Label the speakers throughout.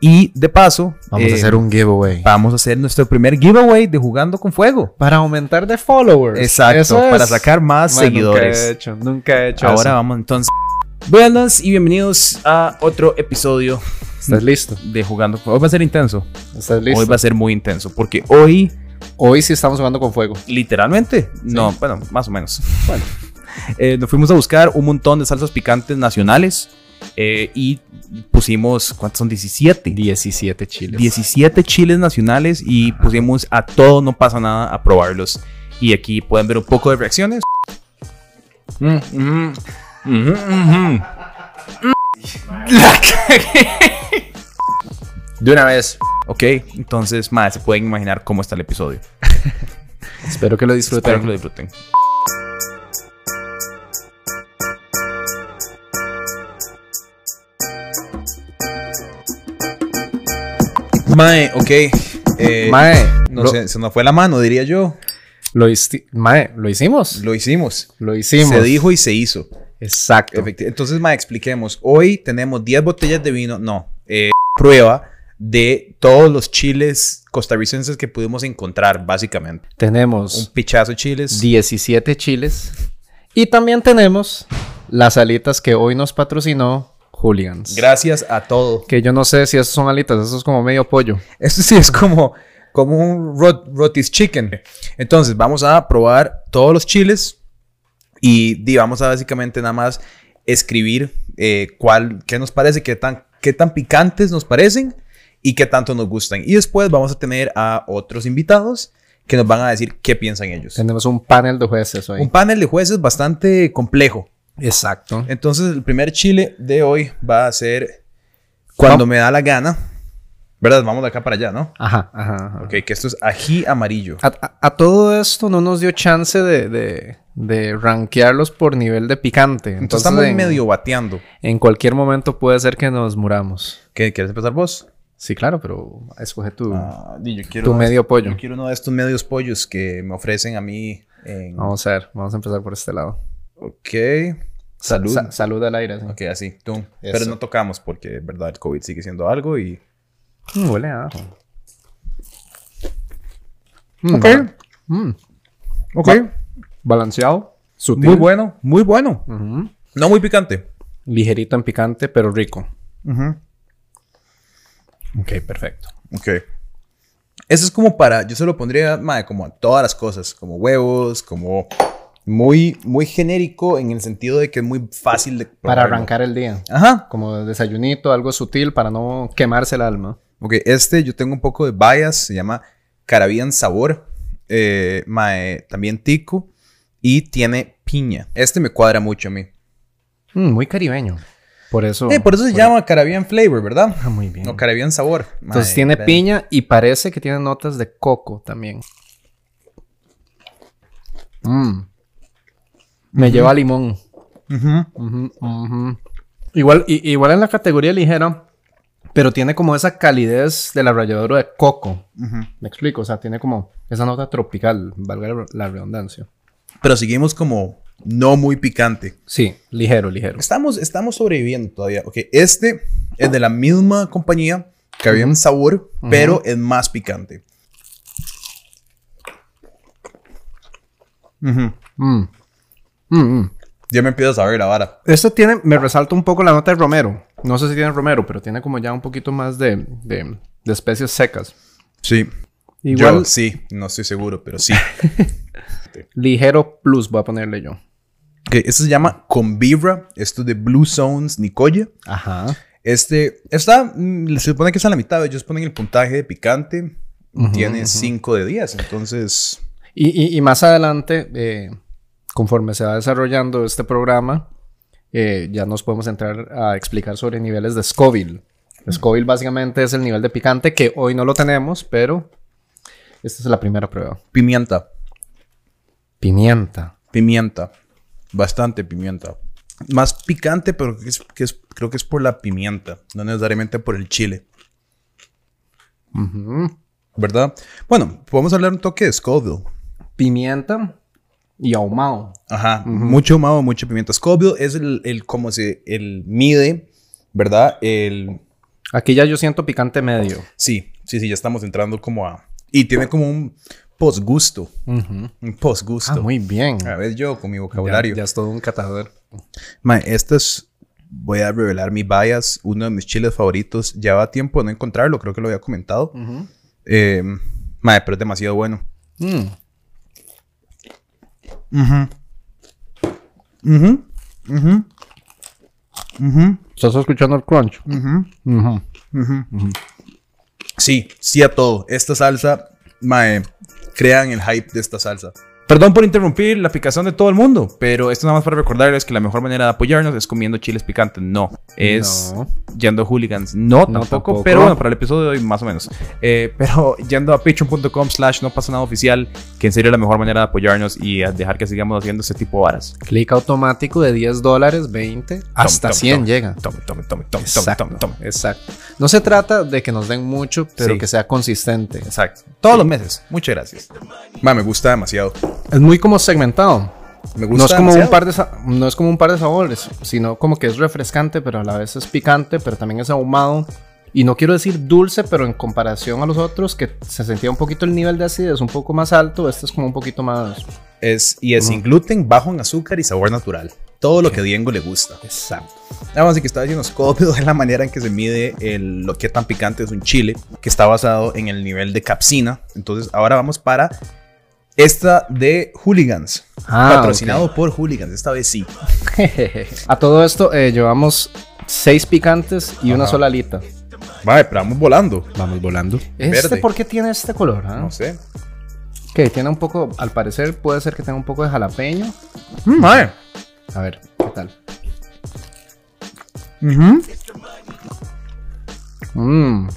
Speaker 1: Y de paso,
Speaker 2: Vamos
Speaker 1: eh,
Speaker 2: a hacer un giveaway.
Speaker 1: vamos a hacer nuestro primer giveaway de Jugando con Fuego.
Speaker 2: Para aumentar de followers.
Speaker 1: Exacto,
Speaker 2: Eso es.
Speaker 1: para sacar más
Speaker 2: Mae, Nunca he
Speaker 1: seguidores.
Speaker 2: hecho, nunca he hecho
Speaker 1: Ahora
Speaker 2: eso.
Speaker 1: vamos entonces. Buenas y bienvenidos a otro episodio
Speaker 2: ¿Estás listo?
Speaker 1: de Jugando con Fuego. Hoy va a ser intenso.
Speaker 2: ¿Estás listo?
Speaker 1: Hoy va a ser muy intenso porque hoy
Speaker 2: Hoy sí estamos jugando con fuego.
Speaker 1: Literalmente. No, bueno, más o menos. Bueno. Eh, nos fuimos a buscar un montón de salsas picantes nacionales eh, y pusimos, ¿cuántos son? 17.
Speaker 2: 17 chiles.
Speaker 1: 17 chiles nacionales y pusimos a todo, no pasa nada, a probarlos. Y aquí pueden ver un poco de reacciones. Mm, mm, mm, mm, mm.
Speaker 2: De una vez.
Speaker 1: Ok, entonces, más se pueden imaginar cómo está el episodio.
Speaker 2: Espero que lo
Speaker 1: Espero que
Speaker 2: disfruten.
Speaker 1: lo disfruten. Mae, ok. eh,
Speaker 2: Mae,
Speaker 1: no
Speaker 2: lo,
Speaker 1: sé, se nos fue la mano, diría yo.
Speaker 2: lo histi- Mae, ¿lo hicimos?
Speaker 1: Lo hicimos.
Speaker 2: Lo hicimos.
Speaker 1: Se dijo y se hizo.
Speaker 2: Exacto.
Speaker 1: Efecti- Entonces, mae, expliquemos. Hoy tenemos 10 botellas de vino. No, eh, prueba de todos los chiles costarricenses que pudimos encontrar, básicamente. Un
Speaker 2: Tenemos
Speaker 1: pichazo de chiles.
Speaker 2: 17 chiles. Y también tenemos las alitas que hoy nos patrocinó Julians.
Speaker 1: Gracias a todos.
Speaker 2: Que yo no sé si esas son alitas, eso es como medio pollo.
Speaker 1: Esto sí es como, como un rot- rotis chicken. Entonces, vamos a probar todos los chiles y di, vamos a básicamente nada más escribir eh, cuál, qué nos parece, qué tan, qué tan picantes nos parecen y qué tanto nos gustan. Y después vamos a tener a otros invitados que nos van a decir qué piensan ellos.
Speaker 2: Tenemos un panel de jueces hoy.
Speaker 1: Un panel de jueces bastante complejo.
Speaker 2: Exacto.
Speaker 1: Entonces, el primer chile de hoy va a ser cuando
Speaker 2: Vam-
Speaker 1: me da la gana. ¿Verdad? Vamos de acá para allá, ¿no?
Speaker 2: Ajá, ajá. ajá.
Speaker 1: Ok, que esto es ají amarillo.
Speaker 2: A, a- a todo esto no nos dio chance de, de, de rankearlos por nivel de picante.
Speaker 1: Entonces estamos
Speaker 2: en,
Speaker 1: medio bateando.
Speaker 2: en cualquier momento puede ser que nos muramos.
Speaker 1: ¿Qué, ¿Quieres empezar vos?
Speaker 2: Sí, claro, pero escoge tu,
Speaker 1: Ah. yo quiero
Speaker 2: tu medio pollo.
Speaker 1: Yo quiero uno de estos medios pollos que me ofrecen a mí. En...
Speaker 2: Vamos a ver, vamos a empezar por este lado.
Speaker 1: Ok. Salud.
Speaker 2: Sa- salud al aire. sí.
Speaker 1: Ok, así. Tum.
Speaker 2: Eso.
Speaker 1: Pero no tocamos porque, verdad, el COVID sigue siendo algo y...
Speaker 2: Mm, huele a ajo.
Speaker 1: Ok.
Speaker 2: Mm,
Speaker 1: Ok.
Speaker 2: Va- balanceado. Sutil.
Speaker 1: Muy bueno. Muy bueno.
Speaker 2: Ujú.
Speaker 1: No muy picante.
Speaker 2: Ligerito en picante, pero rico.
Speaker 1: Ujú.
Speaker 2: Ok, perfecto.
Speaker 1: Ok. Eso es como para, yo se lo pondría, mae, como a todas las cosas, como huevos, como muy, muy genérico en el sentido de que es muy fácil de...
Speaker 2: Para
Speaker 1: probarlo.
Speaker 2: arrancar el día.
Speaker 1: Ajá.
Speaker 2: Como desayunito, algo sutil para no quemarse el alma.
Speaker 1: Ok, este yo tengo un poco de bias, se llama Caribbean Sabor, eh, mae, también tico y tiene piña. Este me cuadra mucho a mí.
Speaker 2: Mm, muy caribeño. Por eso.
Speaker 1: Eh, por eso se
Speaker 2: por-
Speaker 1: llama Caribbean Flavor, ¿verdad?
Speaker 2: Ah, muy bien.
Speaker 1: O Caribbean Sabor.
Speaker 2: Entonces
Speaker 1: Mae,
Speaker 2: tiene
Speaker 1: vean.
Speaker 2: piña y parece que tiene notas de coco también. Mm. Me lleva a limón.
Speaker 1: Ujú.
Speaker 2: Ujú, ujú. Igual, i- igual en la categoría ligera, pero tiene como esa calidez de la ralladura de coco. Me explico, o sea, tiene como esa nota tropical, valga la- la redundancia.
Speaker 1: Pero seguimos como no muy picante.
Speaker 2: Sí, ligero, ligero.
Speaker 1: Estamos, estamos sobreviviendo todavía. Ok, este es de la misma compañía, Caribbean Sabor, pero es más picante. Ujú.
Speaker 2: Mm. Mm, mm.
Speaker 1: Ya me empiezo a saber la vara.
Speaker 2: Este tiene, me resalta un poco la nota de romero. No sé si tiene romero, pero tiene como ya un poquito más de, de- de especies secas.
Speaker 1: Sí.
Speaker 2: Igual,
Speaker 1: Yo sí, no estoy seguro, pero sí.
Speaker 2: ligero plus, voy a ponerle yo.
Speaker 1: Ok, este se llama Convibra. Esto de Blue Zones Nicoya.
Speaker 2: Ajá.
Speaker 1: Este está, mm, se supone que está a la mitad. Ellos ponen el puntaje de picante. Tiene 5 de 10. Entonces,
Speaker 2: Y, y- y más adelante, eh, conforme se va desarrollando este programa, eh, ya nos podemos entrar a explicar sobre niveles de Scoville. Scoville básicamente es el nivel de picante que hoy no lo tenemos, pero esta es la primera prueba.
Speaker 1: pimienta.
Speaker 2: Pimienta.
Speaker 1: Pimienta. Bastante pimienta. Más picante, pero que es- que es- creo que es por la pimienta. No necesariamente por el chile.
Speaker 2: Ujú.
Speaker 1: ¿Verdad? Bueno, podemos hablar un toque de Scoville.
Speaker 2: Pimienta y ahumado.
Speaker 1: Ajá, mucho humado, mucha pimienta. Scoville es el, el cómo se el mide, ¿verdad? El
Speaker 2: Aquí ya yo siento picante medio.
Speaker 1: Sí, sí, sí, ya estamos entrando como a... Y tiene como un posgusto. Un posgusto.
Speaker 2: Ah, muy bien.
Speaker 1: A ver yo con mi
Speaker 2: Ya,
Speaker 1: vocabulario.
Speaker 2: ya es todo un catador.
Speaker 1: Ma, esta es- Voy a revelar mi bias. Uno de mis chiles favoritos. Lleva tiempo de no encontrarlo. Creo que lo había comentado. Eh, ma, pero es demasiado bueno.
Speaker 2: Mm,
Speaker 1: Ujú, ujú, ujú,
Speaker 2: ¿Estás escuchando el crunch?
Speaker 1: ujú.
Speaker 2: Ujú.
Speaker 1: Sí, sí a todo. Esta salsa, mae, crean el hype de esta salsa. Perdón por interrumpir la picazón de todo el mundo, pero esto nada más para recordarles que la mejor manera de apoyarnos es comiendo chiles picantes. No, es
Speaker 2: No.
Speaker 1: yendo a hooligans. No, tampoco,
Speaker 2: tampoco.
Speaker 1: pero bueno, para el episodio de hoy más o menos. Eh, pero yendo a patreon.com slash no pasa nada oficial, que en serio es la mejor manera de apoyarnos y a dejar que sigamos haciendo este tipo de varas.
Speaker 2: Clic automático de 10 dólares, 20, hasta
Speaker 1: Tom,
Speaker 2: 100
Speaker 1: tom,
Speaker 2: llega.
Speaker 1: Tome, tome, tome, tome, tome,
Speaker 2: Exacto,
Speaker 1: tome, tome.
Speaker 2: exacto. No se trata de que nos den mucho, pero
Speaker 1: Sí.
Speaker 2: que sea consistente.
Speaker 1: Exacto. Todos los meses. Muchas gracias. Ma, me gusta demasiado.
Speaker 2: Es muy como segmentado.
Speaker 1: Me gusta
Speaker 2: No es, como un
Speaker 1: demasiado.
Speaker 2: par de sa- no es como un par de sabores, sino como que es refrescante, pero a la vez es picante, pero también es ahumado. Y no quiero decir dulce, pero en comparación a los otros, que se sentía un poquito el nivel de acidez un poco más alto, este es como un poquito más...
Speaker 1: Es, y es sin gluten, bajo en azúcar y sabor natural. Todo lo que a Diego le gusta.
Speaker 2: Exacto.
Speaker 1: Nada más de que estaba diciendo Scoville es la manera en que se mide el, lo que tan picante es un chile, que está basado en el nivel de capsina. Entonces, ahora vamos para esta de Hooligans.
Speaker 2: Ah,
Speaker 1: patrocinado por Hooligans, esta vez sí.
Speaker 2: A todo esto eh, llevamos seis picantes y una
Speaker 1: Ajá.
Speaker 2: sola alita.
Speaker 1: Vale, pero vamos volando.
Speaker 2: Vamos volando. ¿Este
Speaker 1: Verde.
Speaker 2: por qué tiene este color? ah?
Speaker 1: No sé.
Speaker 2: Que tiene un poco, al parecer puede ser que tenga un poco de jalapeño. Mm,
Speaker 1: Vale.
Speaker 2: A ver, ¿qué tal? Mmm.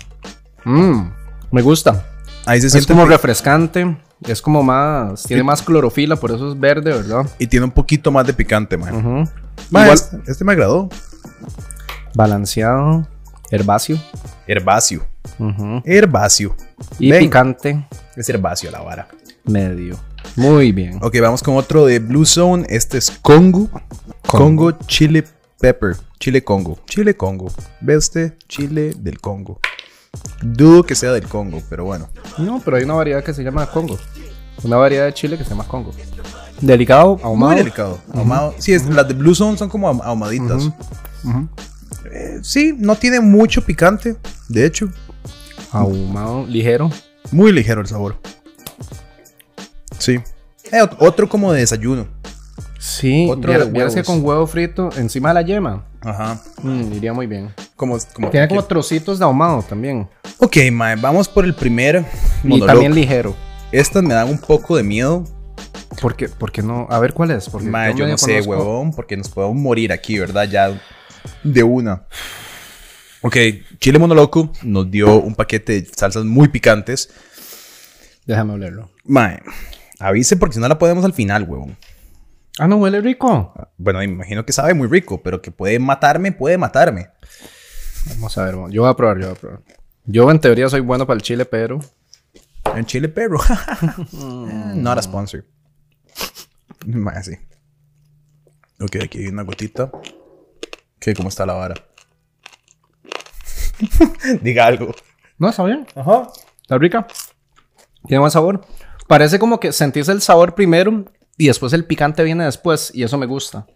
Speaker 2: Mmm. Me gusta.
Speaker 1: Ahí se
Speaker 2: Es
Speaker 1: siente
Speaker 2: como
Speaker 1: un po-
Speaker 2: refrescante. Es como más. Tiene más clorofila, por eso es verde, ¿verdad?
Speaker 1: y tiene un poquito más de picante, man.
Speaker 2: Ujú.
Speaker 1: Ma,
Speaker 2: Igual-
Speaker 1: este, este me agradó.
Speaker 2: Balanceado. Herbáceo.
Speaker 1: Herbáceo.
Speaker 2: Ujú.
Speaker 1: Herbáceo.
Speaker 2: Y
Speaker 1: Ven.
Speaker 2: picante.
Speaker 1: Es herbáceo la vara.
Speaker 2: Medio. Muy bien.
Speaker 1: Ok, vamos con otro de Blue Zone. Este es Congo. Congo, Chile Pepper. Chile Congo. Chile Congo. Ve este Chile del Congo. Dudo que sea del Congo, pero bueno.
Speaker 2: No, pero hay una variedad que se llama Congo. Una variedad de chile que se llama Congo. Delicado, ahumado.
Speaker 1: Muy delicado. Ahumado. Sí, es- las de Blue Zone son como ahum- ahumaditas.
Speaker 2: Ujú.
Speaker 1: Eh, sí, no tiene mucho picante. De hecho,
Speaker 2: Ahumado, ligero.
Speaker 1: muy ligero el sabor. Sí. Eh, ot- otro como de desayuno.
Speaker 2: Sí,
Speaker 1: Otro
Speaker 2: viera-
Speaker 1: de
Speaker 2: vieras que
Speaker 1: huevos.
Speaker 2: con huevo frito encima de la yema.
Speaker 1: Ajá.
Speaker 2: Mm, iría muy bien.
Speaker 1: Como, como
Speaker 2: Tiene como trocitos de ahumado también.
Speaker 1: Ok, mae, vamos por el primer
Speaker 2: Y
Speaker 1: monólogo.
Speaker 2: también ligero.
Speaker 1: Estas me dan un poco de miedo.
Speaker 2: ¿Por qué, por qué no? A ver cuál es. Porque
Speaker 1: Mae, yo
Speaker 2: medio
Speaker 1: no sé,
Speaker 2: conozco-
Speaker 1: huevón, porque nos podemos morir aquí, ¿verdad? Ya de una. Ok, Chile Monoloco nos dio un paquete de salsas muy picantes.
Speaker 2: Déjame olerlo.
Speaker 1: Mae, avise porque si no la podemos al final, huevón.
Speaker 2: Ah, no, huele rico.
Speaker 1: Bueno, me imagino que sabe muy rico, pero que puede matarme, puede matarme.
Speaker 2: Vamos a ver, yo voy a probar, yo voy a probar. Yo en teoría soy bueno para el chile, pero.
Speaker 1: En Chile Perro. Eh, Not a sponsor. Mae, sí. Ok, aquí hay una gotita. Ok, ¿cómo está la vara? Diga algo.
Speaker 2: No, está bien.
Speaker 1: Ajá.
Speaker 2: Está rica. Tiene buen sabor. Parece como que sentís el sabor primero y después el picante viene después y eso me gusta.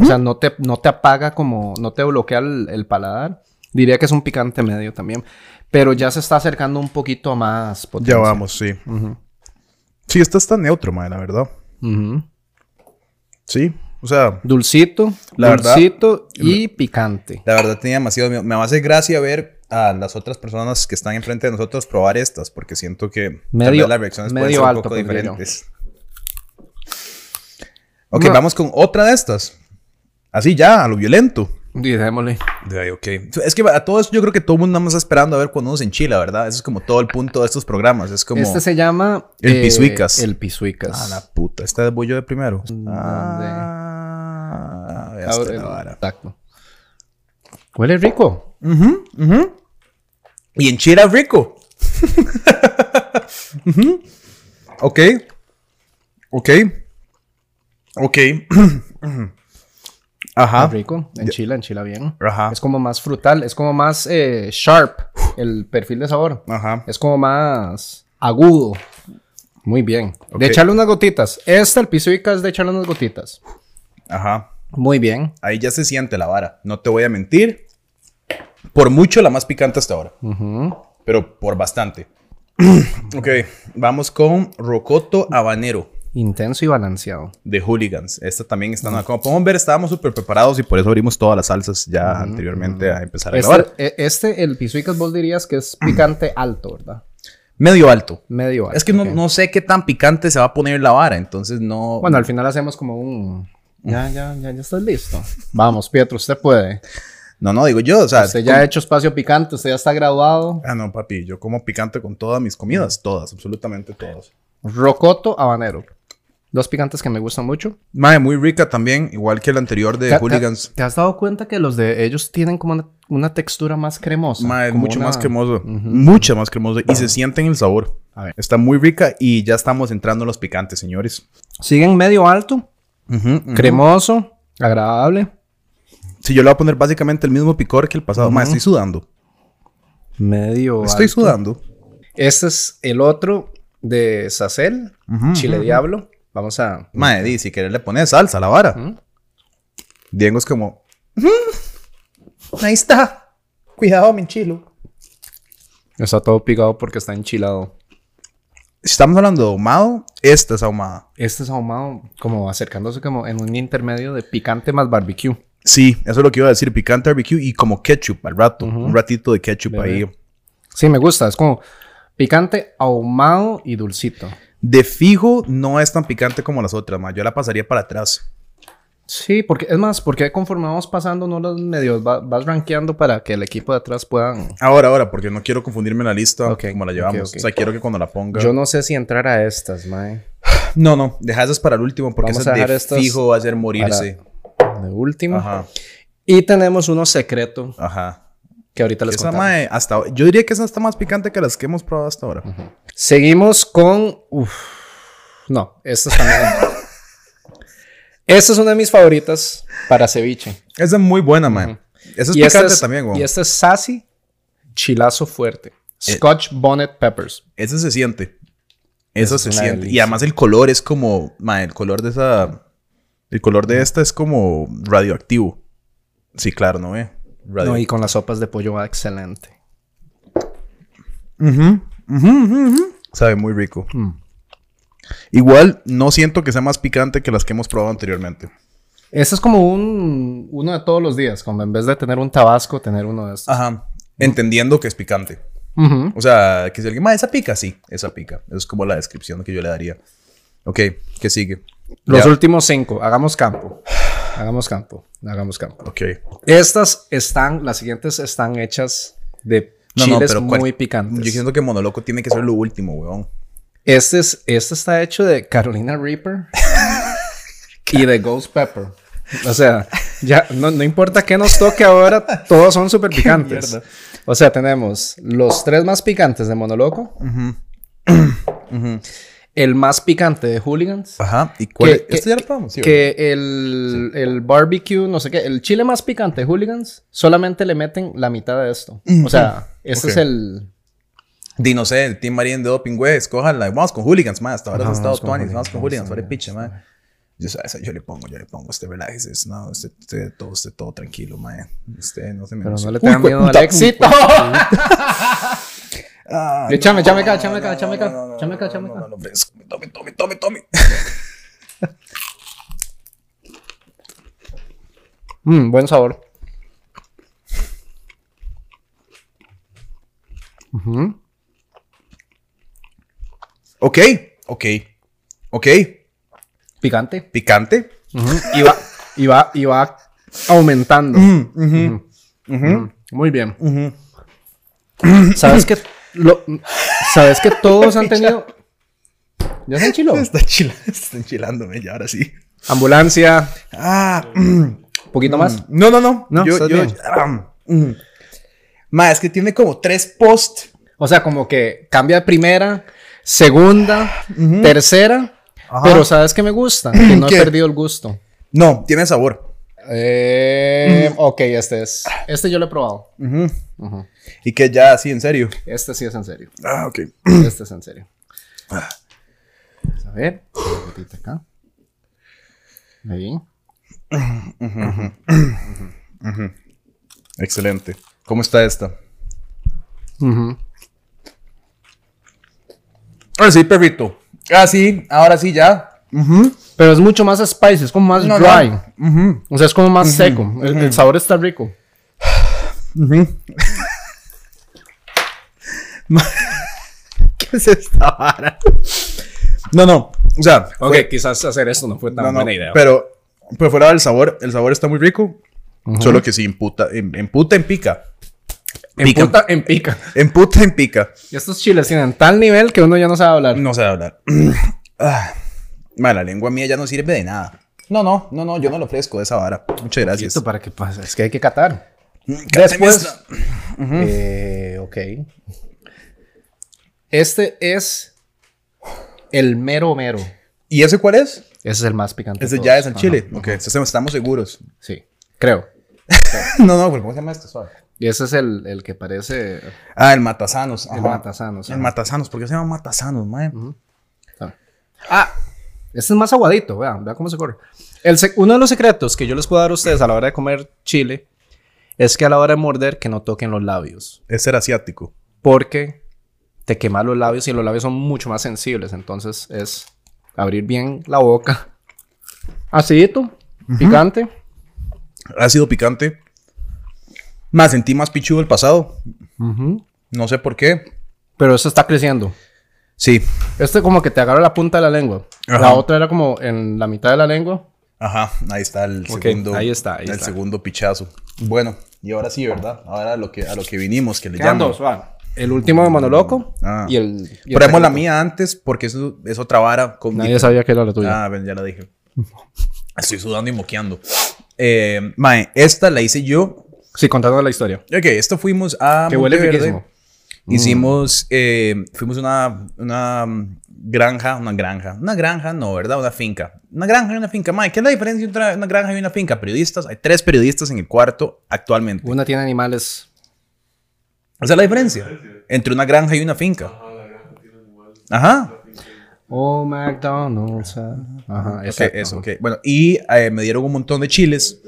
Speaker 2: O sea, no te, no te apaga como, no te bloquea el, el paladar. Diría que es un picante medio también. Pero ya se está acercando un poquito a más potencia.
Speaker 1: Ya vamos, sí. Sí, esta está neutro, madre, la verdad.
Speaker 2: Ujú.
Speaker 1: Sí. O sea,
Speaker 2: Dulcito,
Speaker 1: La verdad-
Speaker 2: dulcito y picante.
Speaker 1: la verdad tenía demasiado miedo. Me hace gracia ver a las otras personas que están enfrente de nosotros probar estas, porque siento que tal
Speaker 2: Medio-
Speaker 1: vez las reacciones pueden
Speaker 2: medio
Speaker 1: ser un
Speaker 2: alto,
Speaker 1: poco
Speaker 2: pondría yo.
Speaker 1: diferentes. Ok,
Speaker 2: No.
Speaker 1: vamos con otra de estas. Así ya, a lo violento.
Speaker 2: Y Démosle.
Speaker 1: De ahí, ok. Es que a todo esto yo creo que todo el mundo nada más está esperando a ver cuando nos enchila, ¿verdad? Eso es como todo el punto de estos programas. Es como...
Speaker 2: Este se llama...
Speaker 1: El pisuicas.
Speaker 2: El pisuicas.
Speaker 1: A Ah, la puta, esta de bollo de primero.
Speaker 2: Mm, ¿Dónde?
Speaker 1: Ah, ya está
Speaker 2: Ahora-
Speaker 1: la vara.
Speaker 2: Exacto. Huele rico.
Speaker 1: Ujú, ujú. Y en Chile rico. Ujú. Ok. Ok. Ok. Ajá.
Speaker 2: Muy rico. Enchila, enchila bien.
Speaker 1: Ah. Ajá.
Speaker 2: Es como más frutal, es como más eh, sharp el perfil de sabor.
Speaker 1: Ajá.
Speaker 2: Es como más agudo. Muy bien.
Speaker 1: Ok.
Speaker 2: De echarle unas gotitas. Esta, el pisuica, es de echarle unas gotitas.
Speaker 1: Ajá.
Speaker 2: Muy bien.
Speaker 1: Ahí ya se siente la vara. No te voy a mentir. Por mucho la más picante hasta ahora. Pero por bastante. ok. Vamos con Rocoto Habanero
Speaker 2: Intenso y balanceado.
Speaker 1: de Hooligans. Esta también está... nueva. Como podemos ver, estábamos súper preparados y por eso abrimos todas las salsas ya anteriormente a empezar a grabar.
Speaker 2: Este, e- este, el pisuicas, vos dirías que es picante alto, ¿verdad?
Speaker 1: Medio alto.
Speaker 2: Medio alto.
Speaker 1: Es que no,
Speaker 2: ok.
Speaker 1: no sé qué tan picante se va a poner la vara, entonces no...
Speaker 2: Bueno, al final hacemos como un. Ya, ya, ya, ya estás listo. Vamos, Pietro, usted puede.
Speaker 1: no, no, digo yo, o sea...
Speaker 2: Usted ya ha hecho espacio picante, usted ya está graduado.
Speaker 1: Ah, no, papi, yo como picante con todas mis
Speaker 2: Mm.
Speaker 1: comidas, todas, absolutamente todas.
Speaker 2: Rocoto habanero. Dos picantes que me gustan mucho.
Speaker 1: Mae, muy rica también, igual que el anterior de
Speaker 2: Ca- ca-
Speaker 1: Hooligans.
Speaker 2: ¿Te has dado cuenta que los de ellos tienen como una, una textura más cremosa?
Speaker 1: Mae,
Speaker 2: Como
Speaker 1: mucho
Speaker 2: una-
Speaker 1: más cremoso, mucha más cremoso y se siente en el sabor.
Speaker 2: A ver.
Speaker 1: Está muy rica y ya estamos entrando en los picantes, señores.
Speaker 2: Siguen medio alto,
Speaker 1: Ujú, ujú.
Speaker 2: cremoso, agradable.
Speaker 1: Sí, yo le voy a poner básicamente el mismo picor que el pasado. Mae, estoy sudando.
Speaker 2: Medio
Speaker 1: Estoy
Speaker 2: alto.
Speaker 1: sudando.
Speaker 2: Este es el otro de Sacel, Chile Diablo. Vamos a.
Speaker 1: Mae, di, si querés le pones salsa a la vara.
Speaker 2: Ujú.
Speaker 1: Diego es como... "Mm, ahí está. Cuidado, menchilo.
Speaker 2: Está todo picado porque está enchilado.
Speaker 1: Si estamos hablando de ahumado, esta es ahumada.
Speaker 2: Este es ahumado, como acercándose como en un intermedio de picante más barbecue.
Speaker 1: Sí, eso es lo que iba a decir, picante barbecue y como ketchup al rato, un ratito de ketchup ahí.
Speaker 2: Sí, me gusta. Es como picante, ahumado y dulcito.
Speaker 1: De fijo no es tan picante como las otras, ma. yo la pasaría para atrás.
Speaker 2: Sí, porque es más, porque conforme vamos pasando, no los medios va- vas rankeando para que el equipo de atrás puedan.
Speaker 1: Ahora, ahora, porque no quiero confundirme en la lista
Speaker 2: Ok,
Speaker 1: como la llevamos.
Speaker 2: ok, ok.
Speaker 1: O sea, quiero que cuando la ponga...
Speaker 2: Yo no sé si entrar a estas, mae.
Speaker 1: No, no, deja esas para el último porque
Speaker 2: Vamos
Speaker 1: esas
Speaker 2: a dejar
Speaker 1: de
Speaker 2: estas
Speaker 1: fijo va a ser morirse.
Speaker 2: De último.
Speaker 1: Ajá,
Speaker 2: Y tenemos uno secreto
Speaker 1: ajá.
Speaker 2: que ahorita les
Speaker 1: Esa,
Speaker 2: contamos.
Speaker 1: ma, eh, hasta, yo diría que esa está más picante que las que hemos probado hasta ahora.
Speaker 2: Seguimos con. Uf. No, esta es también. esta es una de mis favoritas para ceviche.
Speaker 1: Esa es muy buena, man. Esa es
Speaker 2: Y esta
Speaker 1: picante
Speaker 2: es-
Speaker 1: también, güey.
Speaker 2: Y este es sassy, chilazo fuerte.
Speaker 1: Eh.
Speaker 2: Scotch Bonnet Peppers.
Speaker 1: Esa se siente. Esa
Speaker 2: Es
Speaker 1: se
Speaker 2: una
Speaker 1: siente. Y
Speaker 2: delicia.
Speaker 1: además el color es como. ma, el color de esa. El color de esta es como radioactivo. Sí, claro, ¿no ve? Radio-
Speaker 2: No, y con las sopas de pollo va excelente.
Speaker 1: Ujú, ujú, ujú, ujú. Sabe muy rico.
Speaker 2: Mm.
Speaker 1: Igual no siento que sea más picante que las que hemos probado anteriormente.
Speaker 2: Este es como un uno de todos los días, como en vez de tener un tabasco, tener uno de estos.
Speaker 1: Ajá. Entendiendo que es picante.
Speaker 2: Ujú.
Speaker 1: O sea, que si alguien. Ma, esa pica, sí, esa pica. Esa es como la descripción que yo le daría. Ok, ¿qué sigue?
Speaker 2: Los
Speaker 1: Ya.
Speaker 2: últimos cinco, hagamos campo. Hagamos campo, hagamos campo.
Speaker 1: Ok.
Speaker 2: Estas están, las siguientes están hechas de
Speaker 1: No, no,
Speaker 2: chiles
Speaker 1: pero
Speaker 2: muy
Speaker 1: cuál-
Speaker 2: picantes.
Speaker 1: Yo siento que Monoloco tiene que ser lo último, weón.
Speaker 2: Este, es, este está hecho de Carolina Reaper y de Ghost Pepper. O sea, ya no, no importa qué nos toque ahora, todos son súper picantes.
Speaker 1: mierda.
Speaker 2: O sea, tenemos los tres más picantes de Monoloco, el más picante de Hooligans,
Speaker 1: Ajá. ¿Y Ah, cuál?
Speaker 2: Que-
Speaker 1: este
Speaker 2: que-
Speaker 1: ya lo probamos, sí. ¿verdad?
Speaker 2: que el, el barbecue, no sé qué, el chile más picante de Hooligans, solamente le meten la mitad de esto. O sea, este
Speaker 1: Ok.
Speaker 2: es el...
Speaker 1: Di, no sé, el Team Marine de Doping, güey, escójanla. Vamos con Hooligans, más. Hasta ahora
Speaker 2: Ajá,
Speaker 1: han estado
Speaker 2: vamos con
Speaker 1: 20, vamos
Speaker 2: hooligans,
Speaker 1: con Hooligans,
Speaker 2: vamos
Speaker 1: vale
Speaker 2: con
Speaker 1: picha, man. Yo, sabes, yo le pongo, yo le pongo, este relájese, es- no, este, este, todo, este, todo tranquilo, man. Usted no se me
Speaker 2: Pero no le
Speaker 1: Uy,
Speaker 2: tengan
Speaker 1: jue-
Speaker 2: miedo al
Speaker 1: puta,
Speaker 2: éxito.
Speaker 1: Ah, no,
Speaker 2: Échame, échame Eh, acá,
Speaker 1: no,
Speaker 2: échame
Speaker 1: no,
Speaker 2: acá,
Speaker 1: no,
Speaker 2: échame acá,
Speaker 1: no, no,
Speaker 2: échame acá,
Speaker 1: no,
Speaker 2: échame
Speaker 1: no,
Speaker 2: acá.
Speaker 1: no, no, fresco. Tome, tome, tome, tome.
Speaker 2: Mm, buen sabor.
Speaker 1: Ok, ok, ok.
Speaker 2: Picante.
Speaker 1: Picante.
Speaker 2: y, va, y, va, y va aumentando.
Speaker 1: Mm,
Speaker 2: Ujú. Mm, Muy bien. ¿Sabes que lo- ¿Sabes que todos han tenido... ¿Ya se enchiló?
Speaker 1: Está enchilando, está enchilándome ya, ahora sí.
Speaker 2: Ambulancia.
Speaker 1: Ah,
Speaker 2: Un poquito
Speaker 1: Mm.
Speaker 2: más.
Speaker 1: No, no, no.
Speaker 2: No,
Speaker 1: yo,
Speaker 2: estás
Speaker 1: yo-
Speaker 2: bien.
Speaker 1: ah, mm. Ma, es que tiene como tres posts.
Speaker 2: O sea, como que cambia de primera, segunda, tercera. Pero ¿sabes que me gusta? Que no he
Speaker 1: ¿Qué?
Speaker 2: perdido el gusto.
Speaker 1: No, tiene sabor. Mm.
Speaker 2: Eh, ok, este es. Este yo lo he probado.
Speaker 1: Ujú.
Speaker 2: Ujú.
Speaker 1: Y que ya así, en serio.
Speaker 2: Este sí es en serio.
Speaker 1: Ah, ok.
Speaker 2: Este es en serio. Vamos a ver. una gotita acá. Ahí.
Speaker 1: Excelente. ¿Cómo está esta?
Speaker 2: Ujú.
Speaker 1: Ahora sí, perfecto. Ah, sí, ahora sí ya. Ujú.
Speaker 2: Pero es mucho más spicy, es como más
Speaker 1: No, no.
Speaker 2: dry.
Speaker 1: Ujú.
Speaker 2: O sea, es como más seco. El, el sabor está rico.
Speaker 1: ¿Qué es esta vara? No, no. O sea,
Speaker 3: Ok, quizás hacer esto no fue tan
Speaker 1: no, no,
Speaker 3: buena idea.
Speaker 1: Pero, pero fuera del sabor, el sabor está muy rico. Solo que sí, imputa, en, en puta en pica.
Speaker 3: en
Speaker 1: pica.
Speaker 3: puta, en pica.
Speaker 1: En puta en pica.
Speaker 2: Y estos chiles tienen tal nivel que uno ya no sabe hablar.
Speaker 1: No sé hablar. Ah, ma, la lengua mía ya no sirve de nada. No, no, no, no, yo no lo ofrezco esa vara. Muchas gracias. Mm,
Speaker 2: Esto para qué pasa. Es que hay que catar.
Speaker 1: Después.
Speaker 2: Eh, ok. Este es el mero mero.
Speaker 1: ¿Y ese cuál es?
Speaker 2: Ese Este es el más picante. de
Speaker 1: Ese
Speaker 2: todos.
Speaker 1: ya es el
Speaker 2: Ajá.
Speaker 1: chile. Ok, entonces estamos seguros.
Speaker 2: Sí, creo.
Speaker 1: no, no, pero ¿cómo se llama este suave?
Speaker 2: Y ese es el, el que parece.
Speaker 1: Ah, el matasanos.
Speaker 2: El
Speaker 1: ajá.
Speaker 2: matasanos,
Speaker 1: El
Speaker 2: ajá.
Speaker 1: matasanos. ¿Por qué se llama matasanos, mae?
Speaker 2: Ah, este es más aguadito. Vean, vean cómo se corre.
Speaker 3: El sec- uno de los secretos que yo les puedo dar a ustedes a la hora de comer chile es que a la hora de morder que no toquen los labios.
Speaker 1: Ese era asiático.
Speaker 3: Porque te quemas los labios y los labios son mucho más sensibles. Entonces es abrir bien la boca.
Speaker 2: Acidito, picante.
Speaker 1: Ácido picante. Más sentí más pichudo el pasado.
Speaker 2: Ujú.
Speaker 1: No sé por qué.
Speaker 2: Pero eso está creciendo.
Speaker 1: Sí.
Speaker 2: Este como que te agarra la punta de la lengua.
Speaker 1: Ajá.
Speaker 2: La otra era como en la mitad de la lengua.
Speaker 1: Ajá, ahí está el
Speaker 3: Ok,
Speaker 1: segundo.
Speaker 3: ahí está, ahí
Speaker 1: el
Speaker 3: está.
Speaker 1: segundo pichazo. Bueno, y ahora sí, ¿verdad? Ahora a lo que, a lo que vinimos, que le llaman.
Speaker 3: El último de Monoloco
Speaker 1: Ah.
Speaker 3: y el... y el
Speaker 1: Probemos la
Speaker 3: técnico.
Speaker 1: mía antes porque eso es otra vara. Con
Speaker 2: Nadie sabía que era la tuya.
Speaker 1: Ah, ven, ya la dije. Estoy sudando y moqueando. Eh, mae, esta la hice yo.
Speaker 3: Sí, contando la historia.
Speaker 1: Ok, esto fuimos a.
Speaker 2: que huele
Speaker 1: Monteverde.
Speaker 2: riquísimo.
Speaker 1: Hicimos, eh, fuimos a una, una mm, granja, una granja, una granja, no, ¿verdad? Una finca. Una granja y una finca. Mae, ¿qué es la diferencia entre una- una granja y una finca? Periodistas, hay tres periodistas en el cuarto actualmente.
Speaker 2: Una tiene animales.
Speaker 1: Esa es la diferencia entre una granja y una finca. Ajá.
Speaker 2: Oh, McDonald's. ah. Ajá,
Speaker 1: Ok,
Speaker 2: exacto.
Speaker 1: eso, ok. Bueno, y eh, me dieron un montón de chiles.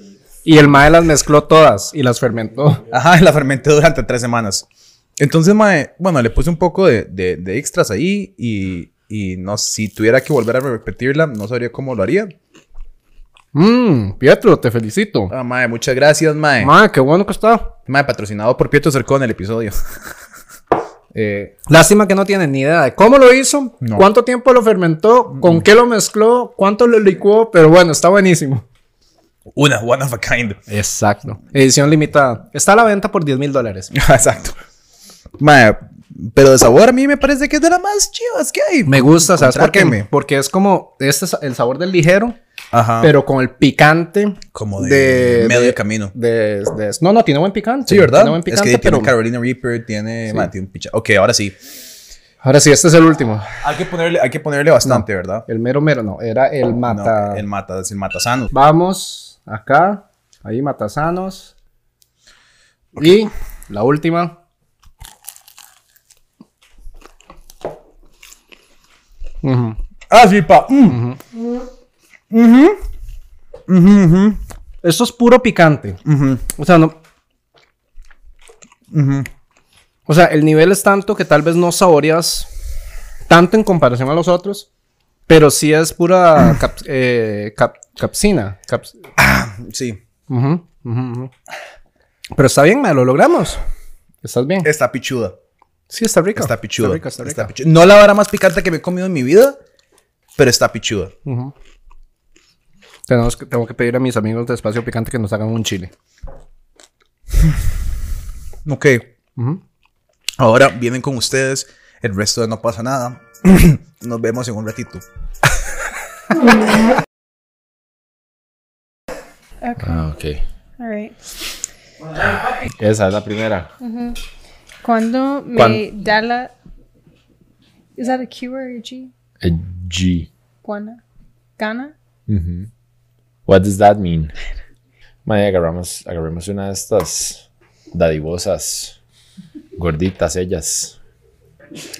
Speaker 2: Y el mae las mezcló todas y las fermentó.
Speaker 1: Ajá, y la fermenté durante tres semanas. Entonces, mae, bueno, le puse un poco de, de- de extras ahí y, y no, si tuviera que volver a repetirla, no sabría cómo lo haría.
Speaker 2: Mmm, Pietro, te felicito.
Speaker 1: Ah, mae, muchas gracias, mae.
Speaker 2: Mae, qué bueno que está.
Speaker 1: Mae, patrocinado por Pietro Cercón el episodio.
Speaker 2: Eh,
Speaker 3: Lástima que no tienen ni idea de cómo lo hizo,
Speaker 1: No. Mm.
Speaker 2: ¿Cuánto tiempo lo fermentó? ¿Con qué lo mezcló? ¿Cuánto lo licuó? Pero bueno, está buenísimo.
Speaker 1: Una, one of a kind.
Speaker 3: Exacto. Edición limitada. Está a la venta por 10 mil dólares.
Speaker 1: Ah, Exacto. Mae, pero de sabor a mí me parece que es de las más chivas que hay.
Speaker 3: Me gusta, ¿sabes por qué?
Speaker 1: Contrátenme.
Speaker 3: Porque es como, este es el sabor del ligero,
Speaker 1: Ajá.
Speaker 3: pero con el picante.
Speaker 1: Ah. Como de, medio
Speaker 3: de-
Speaker 1: camino.
Speaker 3: de- de- no, no, tiene buen picante.
Speaker 1: Sí, ¿verdad?
Speaker 3: Tiene buen
Speaker 1: es
Speaker 3: picante,
Speaker 1: que
Speaker 3: pero...
Speaker 1: tiene Carolina Reaper, tiene, mae, tiene un picha. Ok, ahora sí.
Speaker 2: Ahora sí, este es el último.
Speaker 1: Hay que ponerle, hay que ponerle bastante, ¿verdad?
Speaker 2: El mero mero, no, era el mata.
Speaker 1: No, el mata, es el mata sano.
Speaker 2: Vamos acá, ahí matasanos. Y la última. Ujú.
Speaker 1: Ah, sí, pa. Mm.
Speaker 2: Esto es puro picante. O sea, no. O sea, el nivel es tanto que tal vez no saboreas tanto en comparación a los otros, pero sí es pura cap- eh, cap- capsina. caps-
Speaker 1: Sí.
Speaker 2: Ujú, ujú, ujú. Pero está bien, me lo logramos. ¿Estás bien?
Speaker 1: Está pichuda.
Speaker 2: Sí, está rica.
Speaker 1: Eh, Está pichuda.
Speaker 2: Está rica, está rica.
Speaker 1: pichu- No la vara más picante que me he comido en mi vida, pero está pichuda.
Speaker 2: Ujú. Tenemos que- tengo que pedir a mis amigos de Espacio Picante que nos hagan un chile.
Speaker 1: Ok. Ahora vienen con ustedes. El resto de no pasa nada. Nos vemos en un ratito.
Speaker 4: Ah, ok.
Speaker 5: All right.
Speaker 4: Esa es la primera.
Speaker 5: Cuando me
Speaker 4: Cuan-
Speaker 5: da la. ¿Es that a Q or a G?
Speaker 4: A Eh, G.
Speaker 5: Guana. Gana.
Speaker 4: Ujú. What does that mean? Mae, agarramos, agarremos una de estas dadivosas, gorditas ellas.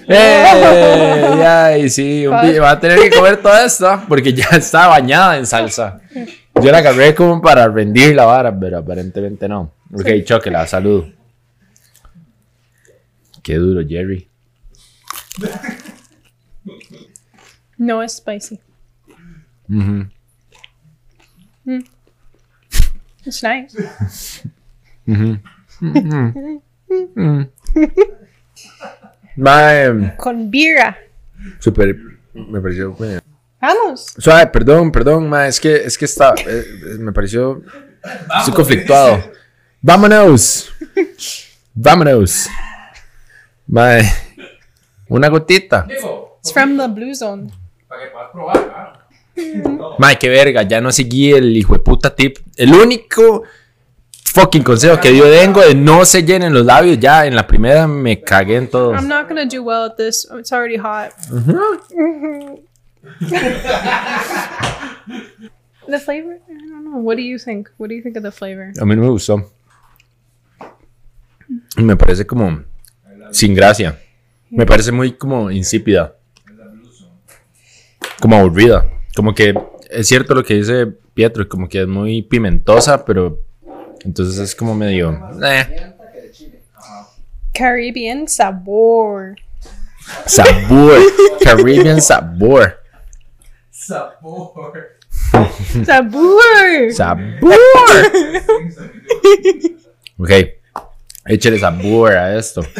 Speaker 4: ¡Eh! ¡Ay, sí! un día va a tener que comer toda esta porque ya está bañada en salsa. Yo la agarré como para rendir la vara, pero aparentemente no. Ok, chóquela, saludo. Qué duro, Jerry.
Speaker 5: No es spicy.
Speaker 4: Ujú.
Speaker 5: Mm. It's nice.
Speaker 4: Mae,
Speaker 5: Con birra.
Speaker 4: super. Me pareció. bueno.
Speaker 5: Vamos.
Speaker 4: Suave, perdón, perdón, mae. Es que, es que está. eh, eh, me pareció. Estoy conflictuado. ¡Vámonos! ¡Vámonos! Mae. Una gotita.
Speaker 5: It's from the blue zone.
Speaker 4: Mae, qué verga. Ya no seguí el hijo de puta tip. El único fucking consejo que dio Dengo de no se llenen los labios. Ya en la primera me cagué en todo.
Speaker 5: I'm not gonna do well at this. It's already hot. the flavor? I don't know. What do you think? What do you think of the flavor?
Speaker 4: A mí no me gustó. Me parece como sin gracia. Me parece muy como insípida. Como aburrida. Como que es cierto lo que dice Pietro, como que es muy pimentosa, pero entonces es como medio... eh,
Speaker 5: Caribbean sabor.
Speaker 4: sabor. Caribbean sabor.
Speaker 5: Sabor.
Speaker 4: Sabor. Ok. Échale sabor a esto.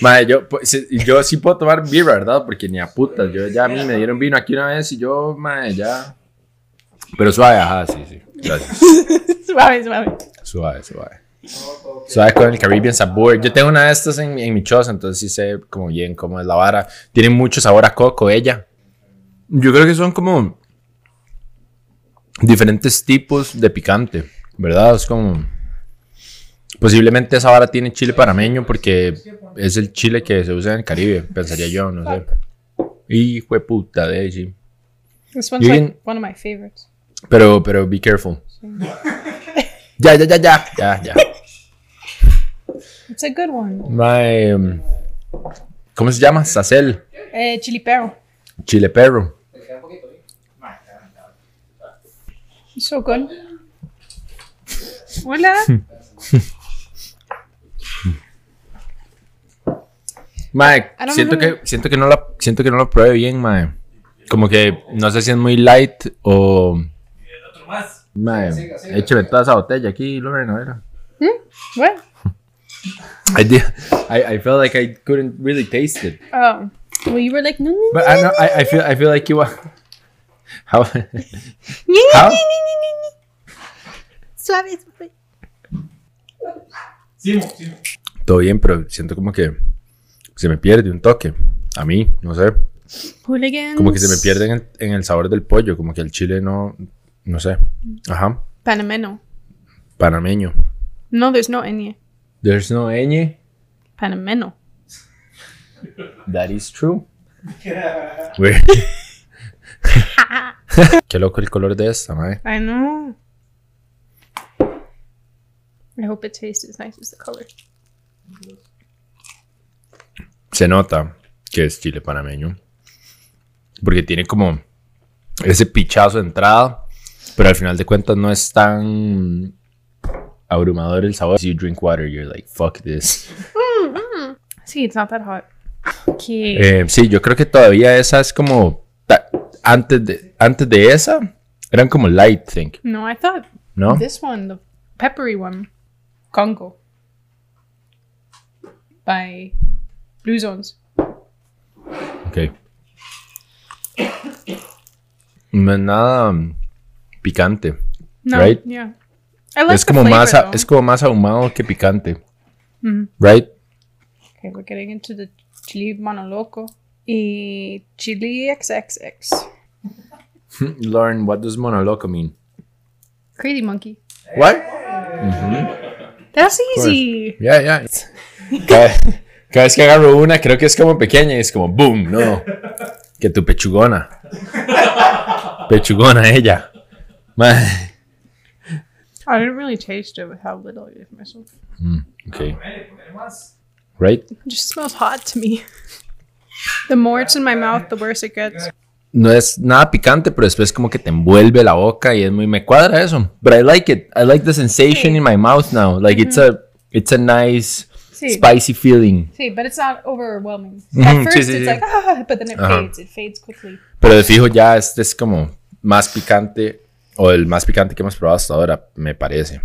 Speaker 4: Madre, yo, pues, sí, yo sí puedo tomar birra, ¿verdad? Porque ni a putas. Yo, ya a mí me dieron vino aquí una vez y yo, madre, ya. Pero suave, ajá, sí, sí. Gracias.
Speaker 5: Suave, suave.
Speaker 4: Suave, suave. Suave con el Caribbean sabor. Yo tengo una de estas en, en mi choza, entonces sí sé como bien cómo es la vara. Tiene mucho sabor a coco ella. Yo creo que son como diferentes tipos de picante, ¿verdad? Es como... Posiblemente esa vara tiene chile panameño porque es el chile que se usa en el Caribe, pensaría yo, no sé. Hijo de puta, Daisy.
Speaker 5: This one's
Speaker 4: You
Speaker 5: like
Speaker 4: didn't-
Speaker 5: one of my favorites.
Speaker 4: Pero, pero, be careful. Ya, ya, ya, ya, ya, ya.
Speaker 5: It's a good one.
Speaker 4: Mae, em, ¿Cómo se llama? Sacel.
Speaker 5: Eh, chili perro.
Speaker 4: Chile perro.
Speaker 5: It's so good. Hola.
Speaker 4: Mae,
Speaker 5: I don't
Speaker 4: siento
Speaker 5: remember.
Speaker 4: que, siento, que no la, siento que no lo probé bien, mae. Como que no sé si es muy light o. Mae, écheme toda esa botella aquí, Lorena, era.
Speaker 5: What?
Speaker 4: I, did, I, I felt like I couldn't really taste it.
Speaker 5: Oh. Well, you were like, no, no,
Speaker 4: But I, know, I, I, feel, I feel like you were. How?
Speaker 5: no,
Speaker 4: How?
Speaker 5: suave, suave.
Speaker 4: Todo bien, pero siento como que se me pierde un toque. A mí, no sé.
Speaker 5: Hooligans.
Speaker 4: Como que se me pierde en el, en el sabor del pollo, como que el chile no, no sé. Ajá,
Speaker 5: Panameno.
Speaker 4: panameño.
Speaker 5: No, there's no any.
Speaker 4: There's no ñ.
Speaker 5: Panameno.
Speaker 4: That is true. We're- Qué loco el color de esta, mae.
Speaker 5: I know. I hope it tastes as nice as the color.
Speaker 4: Se nota que es chile panameño. Porque tiene como ese pichazo de entrada, pero al final de cuentas no es tan abrumador el sabor. Si you drink water, you're like, fuck this.
Speaker 5: See, it's not that hot. Okay.
Speaker 4: Eh, sí, yo creo que todavía esa es como ta- antes de antes de esa eran como light think,
Speaker 5: No, I thought
Speaker 4: ¿no?
Speaker 5: this one, the peppery one, Congo, by Blue Zones.
Speaker 4: Ok. No es nada mm, picante.
Speaker 5: No,
Speaker 4: Right?
Speaker 5: yeah. I like
Speaker 4: es
Speaker 5: the
Speaker 4: como
Speaker 5: flavor,
Speaker 4: más a-
Speaker 5: though.
Speaker 4: es como más ahumado que picante.
Speaker 5: Ujú.
Speaker 4: Right?
Speaker 5: Okay, we're getting into the chili monoloco y chili XXX.
Speaker 4: Lauren, what does monoloco mean?
Speaker 5: Crazy monkey.
Speaker 4: What?
Speaker 5: That's easy.
Speaker 4: Yeah, yeah. Cada, cada vez que agarro una, creo que es como pequeña y es como boom, no. Que tu pechugona. pechugona ella. Ma,
Speaker 5: I didn't really taste it with how little I gave myself.
Speaker 4: ok. Right?
Speaker 5: It just smells hot to me. The more it's in my mouth, the worse it gets.
Speaker 4: No es nada picante, pero después como que te envuelve la boca y es muy me cuadra eso. But I like it. I like the sensation in my mouth now. Like it's a it's a nice
Speaker 5: See,
Speaker 4: spicy feeling.
Speaker 5: see, but it's not overwhelming.
Speaker 4: Mhm,
Speaker 5: At first,
Speaker 4: sí, sí,
Speaker 5: it's
Speaker 4: sí.
Speaker 5: like ah, but then it
Speaker 4: Ajá.
Speaker 5: fades. It fades quickly.
Speaker 4: Pero de fijo ya este es como más picante o el más picante que hemos probado hasta ahora, me parece.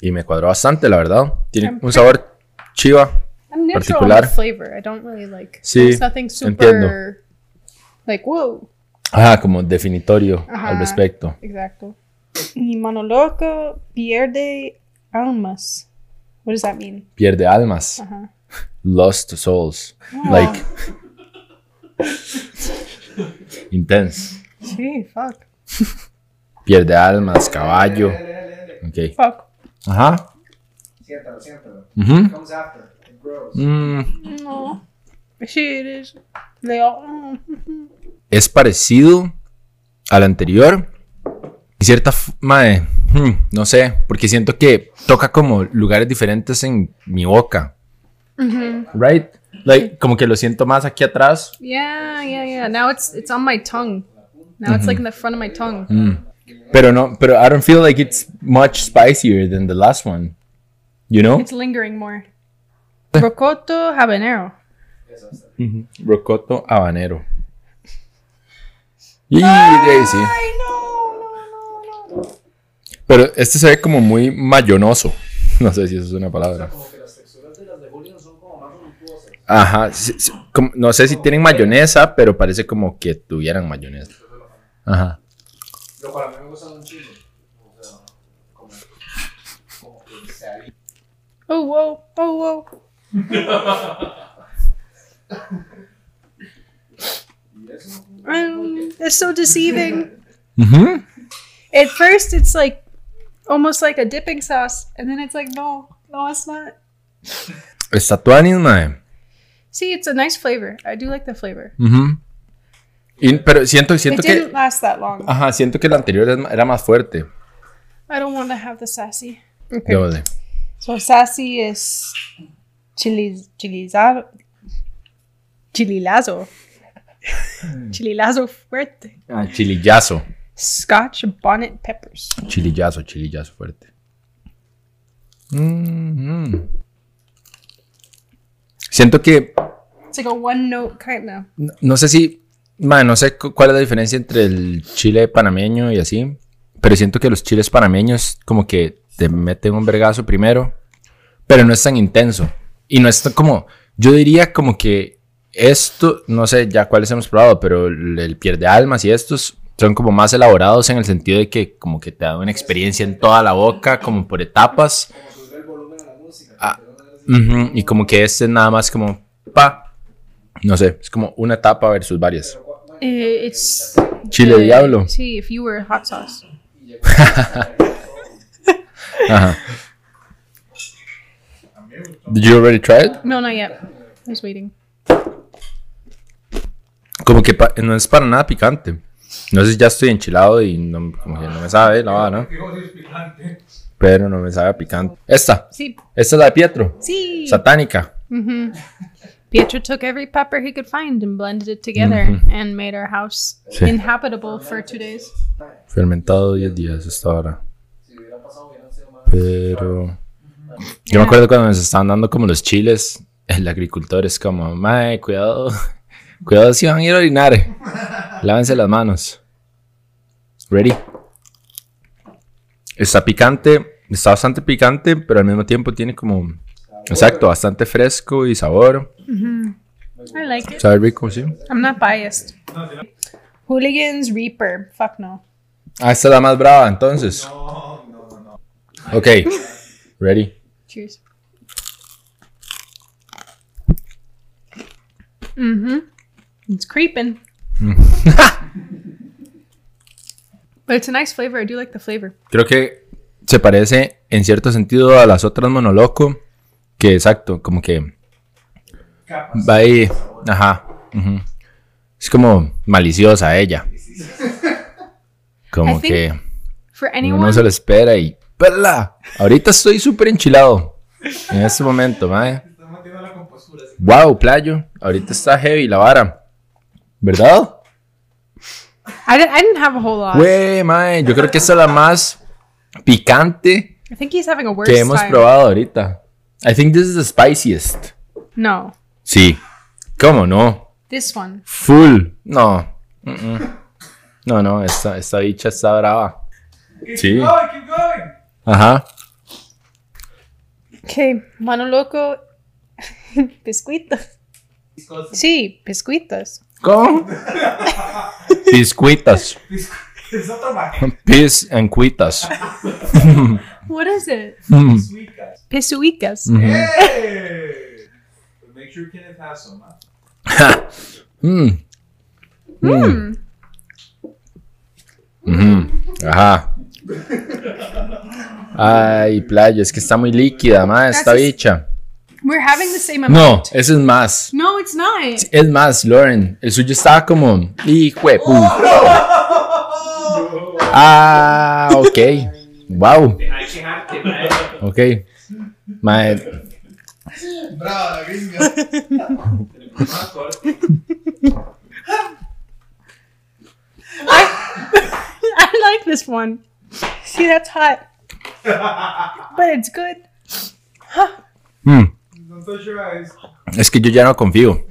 Speaker 4: Y me cuadró bastante, la verdad. Tiene un sabor chiva.
Speaker 5: I'm neutral on the
Speaker 4: Particular.
Speaker 5: flavor. I don't really like.
Speaker 4: Sí,
Speaker 5: It's nothing super.
Speaker 4: entiendo.
Speaker 5: Like whoa,
Speaker 4: Ah, como definitorio al
Speaker 5: Ajá.
Speaker 4: respecto.
Speaker 5: exacto. Mi mano loca pierde almas. What does that mean?
Speaker 4: Pierde almas.
Speaker 5: Ajá.
Speaker 4: Lost souls. Like. Intense.
Speaker 5: Sí, fuck,
Speaker 4: Pierde almas, caballo. Ok.
Speaker 5: fuck.
Speaker 4: Ajá.
Speaker 6: Siéntalo, siéntalo.
Speaker 4: Ujú.
Speaker 6: Comes after. It grows.
Speaker 4: Mm,
Speaker 5: No, sí, it is. They all. mm,
Speaker 4: es parecido al anterior. Y cierta forma de. no sé, porque siento que toca como lugares diferentes en mi boca. Right? Like, como que lo siento más aquí atrás.
Speaker 5: Yeah, yeah, yeah. Now it's it's on my tongue. Now
Speaker 4: Mm-hmm.
Speaker 5: it's like in the front of my tongue.
Speaker 4: Mm. Pero no, pero I don't feel like it's much spicier than the last one. You know?
Speaker 5: It's lingering more. Rocoto habanero.
Speaker 4: Rocoto habanero. Y de ahí sí. Pero este se ve como muy mayonoso. No sé si eso es una palabra. Ajá, sí, sí, como- no sé si tienen mayonesa, pero parece como que tuvieran mayonesa. Ajá.
Speaker 6: Lo cual a mí me gusta un chingo. O sea, como, como que se avi-
Speaker 5: Oh whoa, oh whoa. Um, it's so deceiving.
Speaker 4: Ujú.
Speaker 5: At first, it's like almost like a dipping sauce, and then it's like no, no, it's not.
Speaker 4: Está tuanis, mae.
Speaker 5: See, it's a nice flavor. I do like the flavor.
Speaker 4: Ujú. Y- pero siento,
Speaker 5: It
Speaker 4: siento que.
Speaker 5: didn't last that long.
Speaker 4: Ajá, siento que el anterior es- era más fuerte.
Speaker 5: I don't want to have the sassy.
Speaker 4: Qué ole.
Speaker 5: So sassy is chiliz chilizado chililazo. chililazo fuerte.
Speaker 4: Ah, chilillazo.
Speaker 5: Scotch bonnet peppers.
Speaker 4: Chilillazo, chilillazo fuerte. Mm, mm. Siento que,
Speaker 5: It's like a one note kind of.
Speaker 4: no, no sé si, ma, no sé cu- cuál es la diferencia entre el chile panameño y así, pero siento que los chiles panameños como que te meten un vergazo primero, pero no es tan intenso. Y no es tan como, yo diría como que esto, no sé ya cuáles hemos probado, pero el, el pierde almas y estos son como más elaborados en el sentido de que como que te da una experiencia en toda la boca, como por etapas. Ah, ujú, y como que este es nada más como, pa, no sé, es como una etapa versus varias.
Speaker 5: Eh, it's
Speaker 4: Chile
Speaker 5: the-
Speaker 4: diablo.
Speaker 5: See if you were hot sauce.
Speaker 4: Ajá. Did you already try it?
Speaker 5: No, not yet. I was waiting.
Speaker 4: Como que pa- no es para nada picante. No sé si ya estoy enchilado y no, como que no me sabe la vara, ¿no? Pero no me sabe a picante. Esta,
Speaker 5: See,
Speaker 4: esta es la de Pietro.
Speaker 5: see.
Speaker 4: Satánica.
Speaker 5: Pietro took every pepper he could find and blended it together and made our house
Speaker 4: Mm-hmm. Sí.
Speaker 5: inhabitable for two days.
Speaker 4: Fermentado 10 días hasta ahora. Pero. Yo me acuerdo cuando nos estaban dando como los chiles, el agricultor es como, mae, cuidado, cuidado si van a ir a orinar. Lávense las manos. Ready. Está picante, está bastante picante, pero al mismo tiempo tiene como, exacto, bastante fresco y sabor.
Speaker 5: I like it.
Speaker 4: Sabe rico, sí.
Speaker 5: I'm not biased. Hooligans Reaper. Fuck no.
Speaker 4: Ah, esta es la más brava, entonces. Ok, ready.
Speaker 5: Cheers. Mm-hmm. It's creeping. but it's a nice flavor. I do like the flavor.
Speaker 4: Creo que se parece en cierto sentido a las otras monoloco, que exacto, como que va ahí, ajá, ujú. Es como maliciosa ella. Como
Speaker 5: I think-
Speaker 4: que
Speaker 5: For
Speaker 4: uno
Speaker 5: anyone,
Speaker 4: no se lo espera y ¡Perla! Ahorita estoy súper enchilado. En este momento, mae. Wow, playo. Ahorita está heavy la vara. ¿Verdad?
Speaker 5: I didn't, I didn't have a whole lot.
Speaker 4: Güey, mae. Yo creo que esta es la más picante
Speaker 5: I think he's having a worse
Speaker 4: que hemos
Speaker 5: time.
Speaker 4: probado ahorita. I think this is the spiciest.
Speaker 5: No,
Speaker 4: Sí. ¿Cómo no?
Speaker 5: this one.
Speaker 4: Full. No. Mm-mm. No, no, esta, esta bicha está brava. Sí. Ajá.
Speaker 5: Okay, mano loco, biscuitos. Sí, biscuitos.
Speaker 4: ¿Cómo? Piscuitas.
Speaker 6: Es otro maje.
Speaker 4: Pis and cuitas.
Speaker 5: What is it?
Speaker 4: Mm.
Speaker 6: Sweetcast.
Speaker 5: Pisuicas.
Speaker 6: Mm-hmm. Hey! But make sure Kenneth has some, huh?
Speaker 4: Mm.
Speaker 5: Mm.
Speaker 4: Ujú. Mm-hmm. Ajá. Ay, playa, es que está muy líquida, ma, esta
Speaker 5: Gracias.
Speaker 4: bicha.
Speaker 5: We're having the same amount.
Speaker 4: No, ese es más.
Speaker 5: No, it's not.
Speaker 4: Es más, Lauren, el suyo estaba como. ¡Hijo de pu-". Ah, ok. Wow. Ok. Mae.
Speaker 6: Bravo, la gringa.
Speaker 5: I like this one. See, that's hot. but it's good.
Speaker 4: Mm,
Speaker 6: Don't touch your eyes.
Speaker 4: es que yo ya no confío.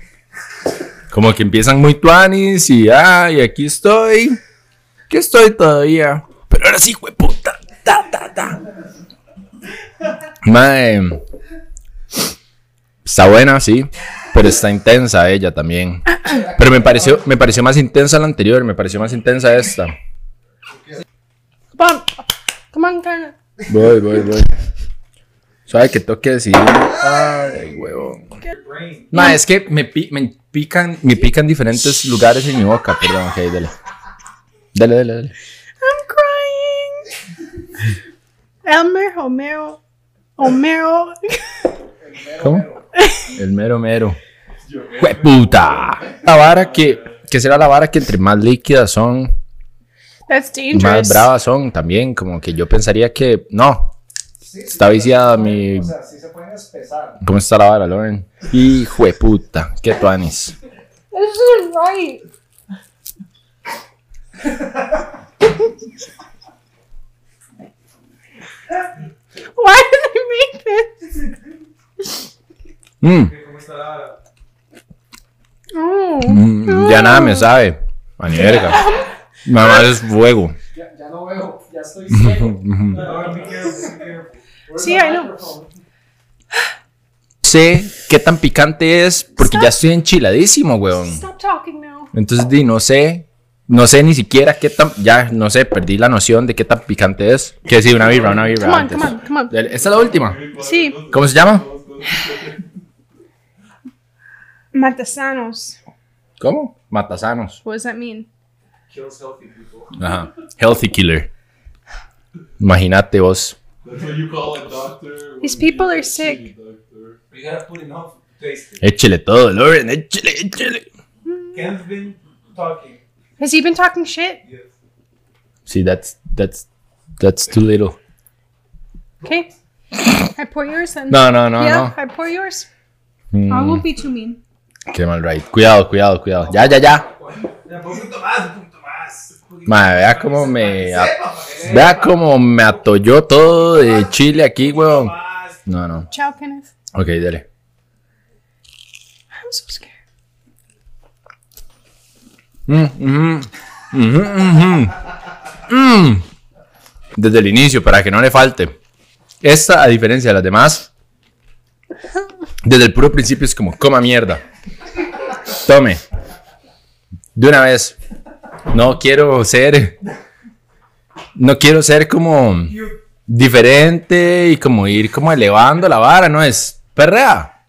Speaker 4: Como que empiezan muy tuanis y ay, aquí estoy. Que estoy todavía. Pero ahora sí, hijo de puta. Ta, ta, ta. Mae. Está buena, sí. Pero está intensa ella también. Pero me pareció, me pareció más intensa la anterior, me pareció más intensa esta.
Speaker 5: Come on. Come on, Carla.
Speaker 4: Voy, voy, voy. Sabe que toque decidir. Ay, huevón. No, es que me, pi- me pican, me pican diferentes lugares en mi boca. Perdón, ok, dale. Dale, dale, dale.
Speaker 5: I'm crying. Elmer, Homero, Homero.
Speaker 4: ¿Cómo? El mero mero. ¡Hueputa! La vara que, que será la vara que entre más líquidas son,
Speaker 5: That's
Speaker 4: más
Speaker 5: dangerous.
Speaker 4: bravas son también. Como que yo pensaría que no. Está viciada mi.
Speaker 6: O sea, sí se pueden espesar.
Speaker 4: ¿Cómo está la vara, Lauren? Hijo de puta, qué tuanis.
Speaker 5: This isn't right. Why did I make this?
Speaker 4: Mm.
Speaker 6: ¿Cómo está la vara?
Speaker 5: Oh.
Speaker 4: Mm, ya nada me sabe. A ni verga. Nada más es fuego.
Speaker 6: Ya, ya no veo, ya estoy ciego. Ahora me quiero, me quiero.
Speaker 5: Sí, I know.
Speaker 4: Sé qué tan picante es porque ya estoy enchiladísimo, weón.
Speaker 5: Stop talking now.
Speaker 4: Entonces di, no sé. No sé ni siquiera qué tan. Ya, no sé, perdí la noción de qué tan picante es. Que sí, una birra, una birra.
Speaker 5: Come on,
Speaker 4: antes.
Speaker 5: come on, come on.
Speaker 4: Dale, Esta es la última.
Speaker 5: Sí,
Speaker 4: ¿Cómo se llama?
Speaker 5: Matasanos.
Speaker 4: ¿Cómo? Matasanos.
Speaker 5: What does that mean?
Speaker 6: Kills healthy people.
Speaker 4: Ajá. Healthy Killer. Imagínate vos.
Speaker 6: That's what you call a doctor.
Speaker 5: These people are sick.
Speaker 6: doctor. You gotta put enough taste.
Speaker 4: Échele todo, Lauren. Échele, échele.
Speaker 6: Ken's been talking.
Speaker 5: Has he been talking shit?
Speaker 6: Yes.
Speaker 4: Sí, that's, that's, that's too little.
Speaker 5: Okay. I pour yours then.
Speaker 4: No, no, no,
Speaker 5: yeah,
Speaker 4: no.
Speaker 5: I pour yours. I
Speaker 4: Mm.
Speaker 5: won't be too mean.
Speaker 4: Qué mal ride. Cuidado, cuidado, cuidado. Ya, ya, ya.
Speaker 6: Ya, un poquito más, un poquito más. Un poquito
Speaker 4: Madre, vea cómo me.
Speaker 6: Eh,
Speaker 4: a-
Speaker 6: más.
Speaker 4: Vea cómo me atolló todo de chile aquí, weón.
Speaker 6: Más.
Speaker 4: No, no.
Speaker 5: Ciao, Kenneth.
Speaker 4: Ok, dale.
Speaker 5: I'm so scared.
Speaker 4: Mm, mhm. Mhm, mhm. Mm. Desde el inicio, para que no le falte. Esta, a diferencia de las demás, desde el puro principio es como coma mierda. Tome. De una vez. No quiero ser. No quiero ser como diferente y como ir como elevando la vara, no es perrea.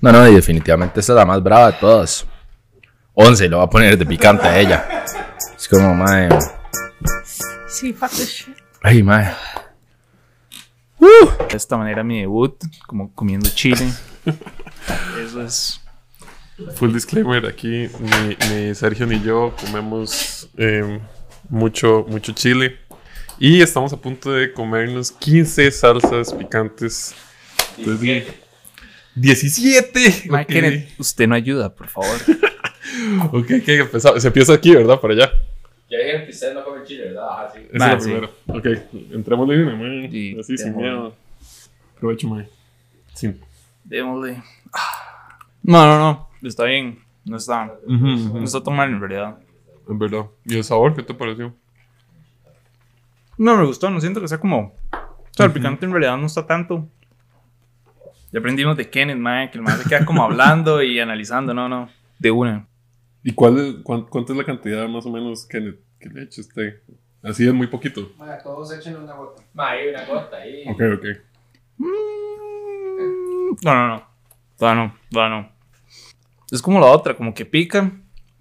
Speaker 4: No, no, y definitivamente esta es la más brava de todas. 11 lo va a poner de picante a ella. Es como, mae.
Speaker 5: See, fuck this shit.
Speaker 4: Ay, mae.
Speaker 7: De esta manera mi debut, como comiendo chile. Eso es Full disclaimer, aquí ni, ni Sergio ni yo comemos eh, mucho, mucho chile. Y estamos a punto de comernos 15 salsas picantes. Entonces, 17.
Speaker 8: Mae,
Speaker 7: Ok.
Speaker 8: Kenneth, usted no ayuda, por favor.
Speaker 7: Ok, ok, empezamos. Se empieza aquí, ¿verdad? Para allá.
Speaker 6: Ya dijeron que ustedes no comen chile, ¿verdad? Ah, sí.
Speaker 7: Esa
Speaker 8: Ma,
Speaker 7: es
Speaker 8: sí.
Speaker 7: la primera. Ok, entremos de una, man.
Speaker 8: Sí,
Speaker 7: Así, sin
Speaker 8: de
Speaker 7: miedo. Aprovecho, man. Sí.
Speaker 8: Démosle. Ah. No, no, no. Está bien. No está. No está tan mal en realidad.
Speaker 7: En verdad. ¿Y el sabor qué te pareció?
Speaker 8: No me gustó, no siento que sea como. O sea, el picante en realidad no está tanto. Ya aprendimos de Kenneth, mae, que el mae se queda como hablando y analizando, no, no. De una.
Speaker 7: ¿Y cuál es, cuán- cuánto es la cantidad más o menos que le, que le eche usted? Así es muy poquito.
Speaker 6: Madre, todos echen una gota. Madre, hay una gota ahí.
Speaker 7: Ok, ok.
Speaker 8: No, no, no. Todavía no, todavía no. Es como la otra, como que pica.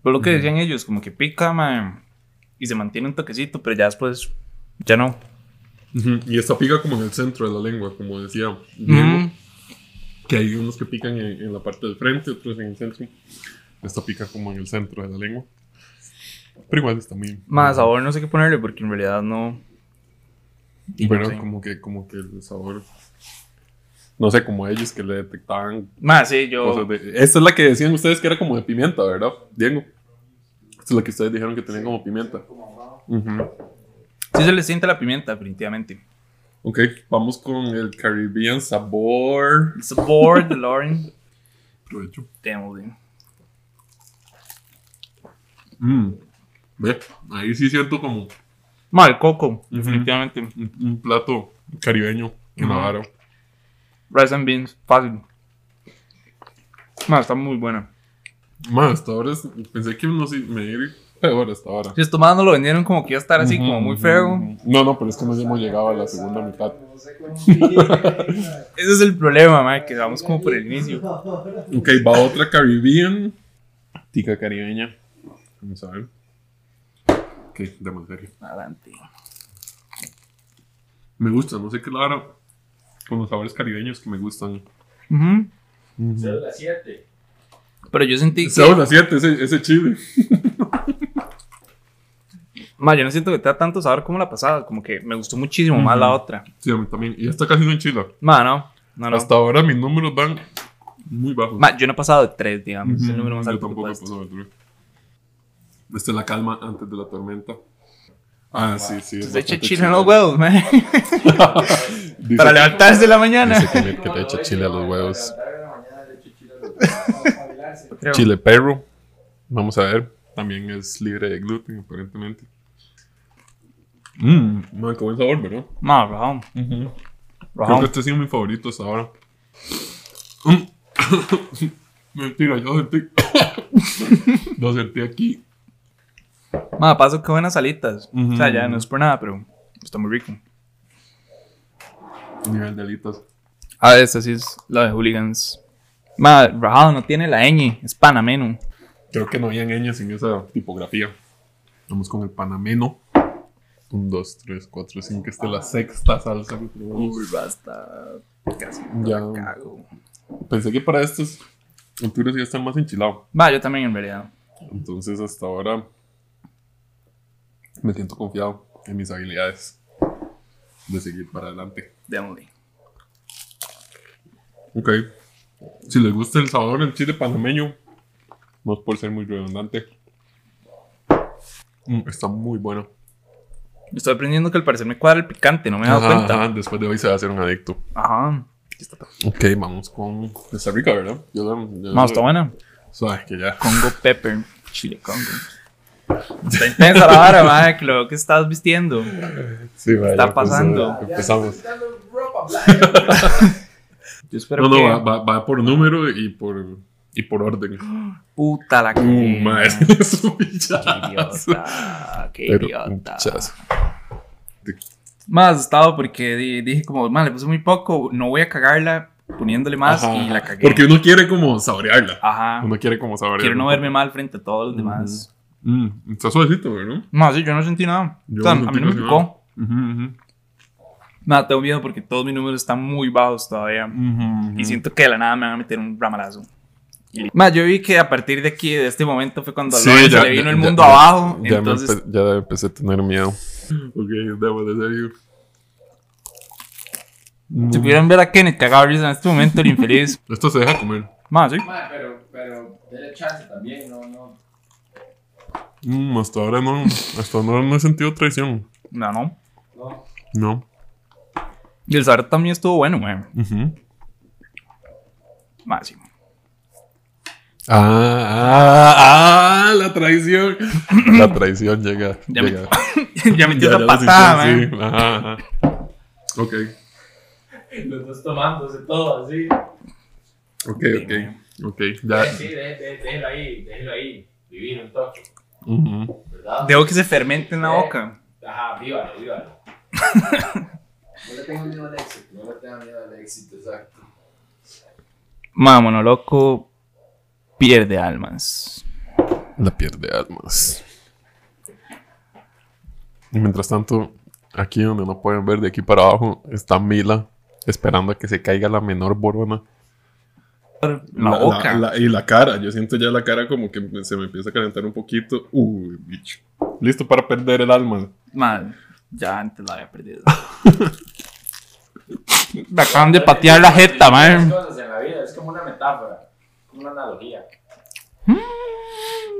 Speaker 8: Pero lo que decían ellos, como que pica, mae. Y se mantiene un toquecito, pero ya después. Ya no.
Speaker 7: Ujú, Y esta pica como en el centro de la lengua, como decía. Diego,
Speaker 8: Mm.
Speaker 7: Que hay unos que pican en, en la parte del frente, otros en el centro. Esta pica como en el centro de la lengua. Pero igual está muy...
Speaker 8: Más sabor, no sé qué ponerle porque en realidad no. Y
Speaker 7: Pero
Speaker 8: no sé.
Speaker 7: como que como que el sabor... No sé, como ellos que le detectaban
Speaker 8: Más, sí, yo.
Speaker 7: cosas de... Esta es la que decían ustedes que era como de pimienta, ¿verdad, Diego? Esta es la que ustedes dijeron que tenían como pimienta. Ujú.
Speaker 8: Sí se le siente la pimienta, definitivamente.
Speaker 7: Ok, vamos con el Caribbean sabor.
Speaker 8: El sabor de Lauren.
Speaker 7: Aprovecho.
Speaker 8: Démosle.
Speaker 7: Mm. Ve, ahí sí siento como
Speaker 8: Mal, el coco, definitivamente.
Speaker 7: un, un plato caribeño en Navarra.
Speaker 8: Rice and beans, fácil. Más, está muy buena.
Speaker 7: Más, hasta ahora es- pensé que no sé, me iba a ir peor hasta ahora.
Speaker 8: Si esto más no lo vendieron como que iba a estar así, como muy feo.
Speaker 7: No, no, pero es que no hemos llegado a la segunda mitad.
Speaker 8: Ese es el problema, mae, que vamos como por el inicio.
Speaker 7: Ok, va otra Caribbean. Tica caribeña. Vamos a ver. Ok, demos serio.
Speaker 8: Adelante.
Speaker 7: Me gusta, no sé qué claro. Con los sabores caribeños que me gustan.
Speaker 8: Ujú.
Speaker 6: Cédula 7.
Speaker 8: Pero yo sentí que.
Speaker 7: Cédula 7, ese, ese chile.
Speaker 8: Mae, yo no siento que tenga tanto sabor como la pasada. Como que me gustó muchísimo más la otra.
Speaker 7: Sí, a mí también. Y esta casi no enchila.
Speaker 8: Mae, no. No, no.
Speaker 7: Hasta ahora mis números van muy bajos.
Speaker 8: Mae, yo no he pasado de tres, digamos. Es el
Speaker 7: Ujú,
Speaker 8: número más
Speaker 7: yo
Speaker 8: alto. que
Speaker 7: tampoco
Speaker 8: puedo
Speaker 7: he
Speaker 8: estar.
Speaker 7: pasado el truco. Esta es la calma antes de la tormenta. Ah, sí, sí. es
Speaker 8: Se echa
Speaker 7: bastante
Speaker 8: chile en los huevos, mae.
Speaker 7: Dice-
Speaker 8: Para levantarse de la mañana.
Speaker 4: Dice Kenneth que le echa chile a los huevos.
Speaker 8: Creo.
Speaker 7: Chile perro. Vamos a ver. También es libre de gluten, aparentemente.
Speaker 8: Mm.
Speaker 7: Mmm, man, qué buen sabor, ¿verdad?
Speaker 8: Mae, rajón.
Speaker 7: Creo que
Speaker 8: Rajón.
Speaker 7: este ha sido mi favorito hasta ahora. Mm. Mentira, yo sentí. Lo sentí aquí.
Speaker 8: Mae, paso que buenas alitas. O sea, ya no es por nada, pero está muy rico.
Speaker 7: Nivel de alitas.
Speaker 8: Ah, esta sí es la de Hooligans. Mae, rajado no tiene la ñ, es panameno.
Speaker 7: Creo que no habían ñas en esa tipografía. Vamos con el panameno. Un, dos, tres, cuatro, cinco. Esta es la sexta salsa que probamos.
Speaker 8: basta. Casi
Speaker 7: Ya.
Speaker 8: cago.
Speaker 7: Pensé que para estas alturas ya están más enchilado.
Speaker 8: Va, yo también en realidad.
Speaker 7: Entonces hasta ahora me siento confiado en mis habilidades de seguir para adelante.
Speaker 8: Démosle.
Speaker 7: Ok. Si les gusta el sabor del chile panameño, no es por ser muy redundante. Mm, está muy bueno.
Speaker 8: Estoy aprendiendo que al parecer me cuadra el picante, no me he dado
Speaker 7: Ajá,
Speaker 8: Ah, cuenta.
Speaker 7: ajá, después de hoy se va a hacer un adicto.
Speaker 8: Ajá.
Speaker 7: Ok, vamos con Costa Rica, ¿verdad? Yo la- yo
Speaker 8: Mae, está buena.
Speaker 7: Suave, que ya.
Speaker 8: Congo Pepper. Chile Congo. Está intensa la vara, mae, que lo que estás vistiendo.
Speaker 7: Sí, vaya,
Speaker 8: está
Speaker 7: pues,
Speaker 8: pasando?
Speaker 7: eh, empezamos.
Speaker 8: Yo espero
Speaker 7: no, no,
Speaker 8: que...
Speaker 7: va, va- va por número y por, y por orden.
Speaker 8: Puta la que...
Speaker 7: Uh, maestro, es un pichazo.
Speaker 8: idiota, qué
Speaker 7: Pero un
Speaker 8: idiota.
Speaker 7: pichazo.
Speaker 8: Más asustado porque di- dije como, man, le puse muy poco, no voy a cagarla poniéndole más
Speaker 7: Ajá,
Speaker 8: y la
Speaker 7: ajá.
Speaker 8: cagué.
Speaker 7: Porque uno quiere como saborearla.
Speaker 8: Ajá.
Speaker 7: Uno quiere como saborearla.
Speaker 8: Ah. Quiero no verme mal frente a todos los demás.
Speaker 7: Mm, está suavecito, ¿verdad?
Speaker 8: Más, sí, yo no sentí nada.
Speaker 7: Yo
Speaker 8: O sea,
Speaker 7: no
Speaker 8: a
Speaker 7: sentí
Speaker 8: mí no me
Speaker 7: casi
Speaker 8: picó.
Speaker 7: Ujú,
Speaker 8: Nada, tengo miedo porque todos mis números están muy bajos todavía.
Speaker 7: ujú, ujú,
Speaker 8: Y
Speaker 7: ujú.
Speaker 8: siento que de la nada me van a meter un ramalazo. Ma, yo vi que a partir de aquí, de este momento, fue cuando
Speaker 7: Sí,
Speaker 8: a Lawrence
Speaker 7: ya-
Speaker 8: le vino
Speaker 7: ya-
Speaker 8: el
Speaker 7: ya-
Speaker 8: mundo abajo.
Speaker 7: Ya, me
Speaker 8: entonces,
Speaker 7: empe- ya empecé a tener miedo. Ok, debo de serio.
Speaker 8: si pudieran ver a Kenneth cagado de risa en este momento, el infeliz.
Speaker 7: Esto se deja comer.
Speaker 8: Ma, sí.
Speaker 6: Mae, pero, pero, dele chance también, no, no.
Speaker 7: Mm, hasta ahora no, hasta ahora no he sentido traición.
Speaker 8: No, no.
Speaker 7: No.
Speaker 8: Y el sabor también estuvo bueno, weón.
Speaker 7: Ujú.
Speaker 8: Ma, sí.
Speaker 7: Ah, ah, ah, la traición. La traición llega.
Speaker 8: Ya me-
Speaker 7: llega.
Speaker 8: ya metió
Speaker 7: Ya, ya
Speaker 8: la
Speaker 7: la
Speaker 8: patada, ¿eh?
Speaker 7: sentí,
Speaker 8: weón.
Speaker 7: sí. Ajá, ajá. Ok,
Speaker 6: Los dos tomándose todo así.
Speaker 7: ok, ok. Ok, ya.
Speaker 6: Sí, de- de- déjelo ahí, déjelo ahí. Vivir un toque,
Speaker 7: Ujú.
Speaker 6: ¿verdad?
Speaker 8: Dejo que se fermente en la boca.
Speaker 6: Eh, Ajá, vívalo, vívalo. No le tengo miedo al éxito, no le tengo miedo al éxito, exacto.
Speaker 8: Ma, monoloco pierde almas.
Speaker 7: La pierde almas. Y mientras tanto, aquí donde no pueden ver, de aquí para abajo, está Mila esperando a que se caiga la menor borbona.
Speaker 8: La, boca.
Speaker 7: la- y la cara. Yo siento ya la cara como que me- se me empieza a calentar un poquito. Uy, bicho. Listo para perder el alma.
Speaker 8: Ma, ya antes la había perdido. Me acaban de patear la
Speaker 6: Las
Speaker 8: jeta, man.
Speaker 6: cosas en la vida es como una metáfora, como una analogía.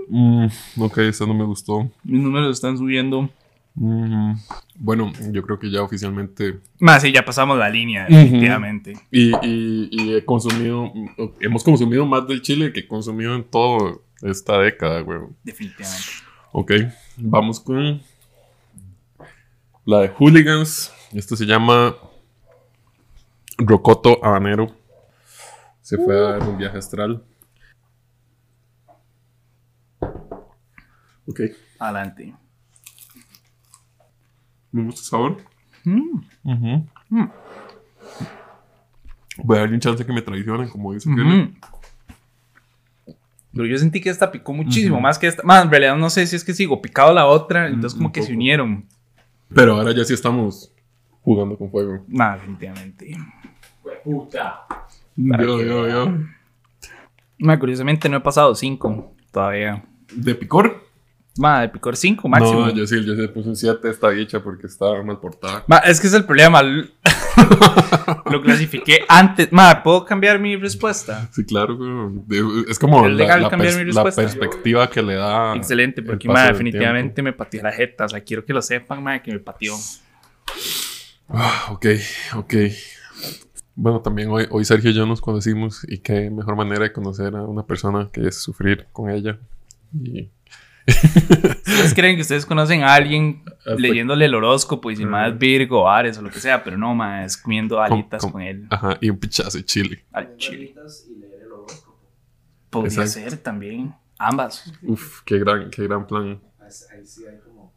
Speaker 7: Mm, ok, eso no me gustó.
Speaker 8: Mis números están subiendo.
Speaker 7: Ujú. Bueno, yo creo que ya oficialmente.
Speaker 8: Más sí, ya pasamos la línea, definitivamente.
Speaker 7: Y, y- y he consumido. Hemos consumido más del chile que he consumido en toda esta década, güey.
Speaker 8: Definitivamente.
Speaker 7: Ok, vamos con. La de Hooligans. Esto se llama. Rocoto Habanero. Se fue a dar un viaje astral. Ok,
Speaker 8: Adelante.
Speaker 7: me gusta el sabor.
Speaker 8: Mm,
Speaker 7: Ujú.
Speaker 8: Mm.
Speaker 7: Voy a darle un chance que me traicionen, como dice
Speaker 8: ujú.
Speaker 7: Kelly.
Speaker 8: Pero yo sentí que esta picó muchísimo más que esta. Más, en realidad no sé si es que sigo picado la otra, entonces
Speaker 7: Mm,
Speaker 8: como
Speaker 7: un
Speaker 8: que se
Speaker 7: poco.
Speaker 8: unieron.
Speaker 7: Pero ahora ya sí estamos jugando con fuego.
Speaker 8: Más, definitivamente.
Speaker 6: Puta.
Speaker 7: Yo, yo, yo.
Speaker 8: Ma, curiosamente no he pasado 5 todavía.
Speaker 7: ¿De picor?
Speaker 8: Ma, de picor 5 máximo.
Speaker 7: No, yo sí, yo sí le puse un 7 a esta bicha porque estaba mal portada.
Speaker 8: Ma, es que es el problema. l- Lo clasifiqué antes. Ma, ¿puedo cambiar mi respuesta?
Speaker 7: Sí, claro, güey. De- es como
Speaker 8: Es
Speaker 7: la,
Speaker 8: legal
Speaker 7: la
Speaker 8: cambiar
Speaker 7: pers-
Speaker 8: mi
Speaker 7: la
Speaker 8: respuesta.
Speaker 7: perspectiva que le da.
Speaker 8: Excelente,
Speaker 7: el
Speaker 8: porque
Speaker 7: paso
Speaker 8: ma,
Speaker 7: del
Speaker 8: definitivamente me pateó la jeta. O sea, quiero que lo sepan, ma, que me pateó.
Speaker 7: Ah, ok, ok. Bueno, también hoy, hoy Sergio y yo nos conocimos y qué mejor manera de conocer a una persona que es sufrir con ella. Y
Speaker 8: ¿Ustedes creen que ustedes conocen a alguien
Speaker 7: fue-
Speaker 8: leyéndole el horóscopo y si más
Speaker 7: Ajá.
Speaker 8: Virgo, Ares o lo que sea? Pero no, ma, es comiendo alitas
Speaker 7: com-
Speaker 8: con él
Speaker 7: Ajá, y un pichazo de chile.
Speaker 8: al chile.
Speaker 6: Y leer el horóscopo.
Speaker 8: Podría
Speaker 7: Exacto.
Speaker 8: ser también. Ambas.
Speaker 7: Uf, qué gran, qué gran plan.
Speaker 6: Ahí, ahí sí hay como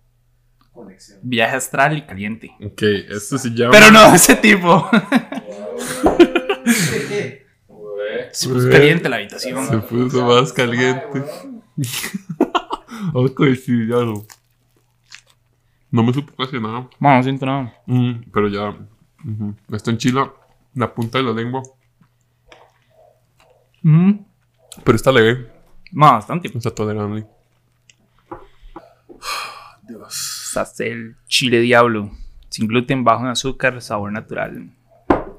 Speaker 6: conexión.
Speaker 8: Viaje astral y caliente.
Speaker 7: Ok, esto se llama.
Speaker 8: Pero no, ese tipo. Se puso
Speaker 7: Ué.
Speaker 8: pues, caliente la
Speaker 7: Se
Speaker 8: habitación.
Speaker 7: puso más caliente. Algo decididado. No me supo casi nada.
Speaker 8: Ma, no siento nada.
Speaker 7: Mm, pero ya. ujú. Esto enchila la punta de la lengua.
Speaker 8: Ujú.
Speaker 7: Pero está leve.
Speaker 8: Ma, bastante. pues,
Speaker 7: Está tolerable.
Speaker 8: Sacel, chile diablo. Sin gluten, bajo en azúcar, sabor natural.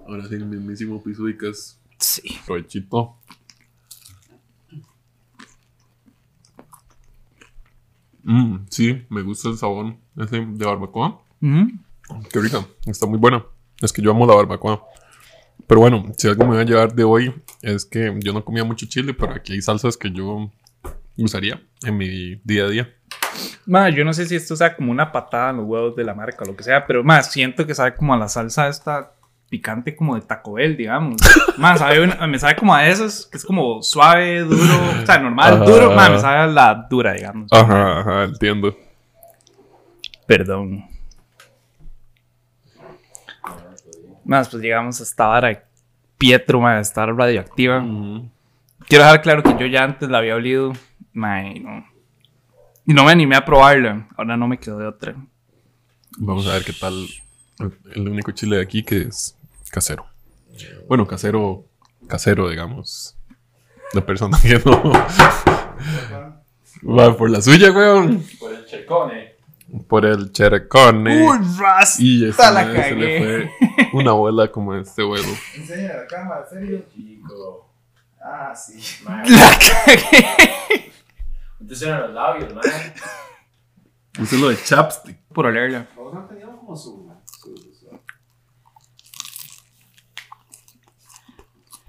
Speaker 7: Ahora sí, el mismísimo pisudicas.
Speaker 8: Sí.
Speaker 7: Provechito. Mm, sí, me gusta el sabor ese de barbacoa. Qué rica, está muy buena. Es que yo amo la barbacoa. Pero bueno, si algo me va a llevar de hoy es que yo no comía mucho chile, pero aquí hay salsas que yo usaría en mi día a día.
Speaker 8: Ma, yo no sé si esto sea como una patada en los huevos de la marca o lo que sea, pero más siento que sabe como a la salsa esta picante como de Taco Bell, digamos. Más sabe una- me sabe como a esas que es como suave, duro, o sea, normal,
Speaker 7: Ajá.
Speaker 8: duro, ma, me sabe a la dura, digamos.
Speaker 7: Ajá, ajá, entiendo.
Speaker 8: Perdón. Más, pues llegamos a esta vara de Pietro, ma, esta vara radioactiva. Quiero dejar claro que yo ya antes la había olido. Mae, no. Y no me animé a probarla. Ahora no me quedo de otra.
Speaker 7: Vamos a ver qué tal el único chile de aquí que es casero. Bueno, casero, casero, digamos. La persona que no. Va por la suya, weón.
Speaker 8: Por el checone.
Speaker 7: Por el chercone.
Speaker 8: ¡Uy, Ras!
Speaker 7: y ese
Speaker 8: ta la
Speaker 7: mae se le
Speaker 8: cagué.
Speaker 7: fue una bola como este huevo.
Speaker 6: Enseña la cámara, ¿en serio? Chico. Ah, sí. mae.
Speaker 9: Entonces eran los labios, man.
Speaker 7: Puse lo de chapstick.
Speaker 8: Por olerla.
Speaker 6: Todos han tenido como su. su- su-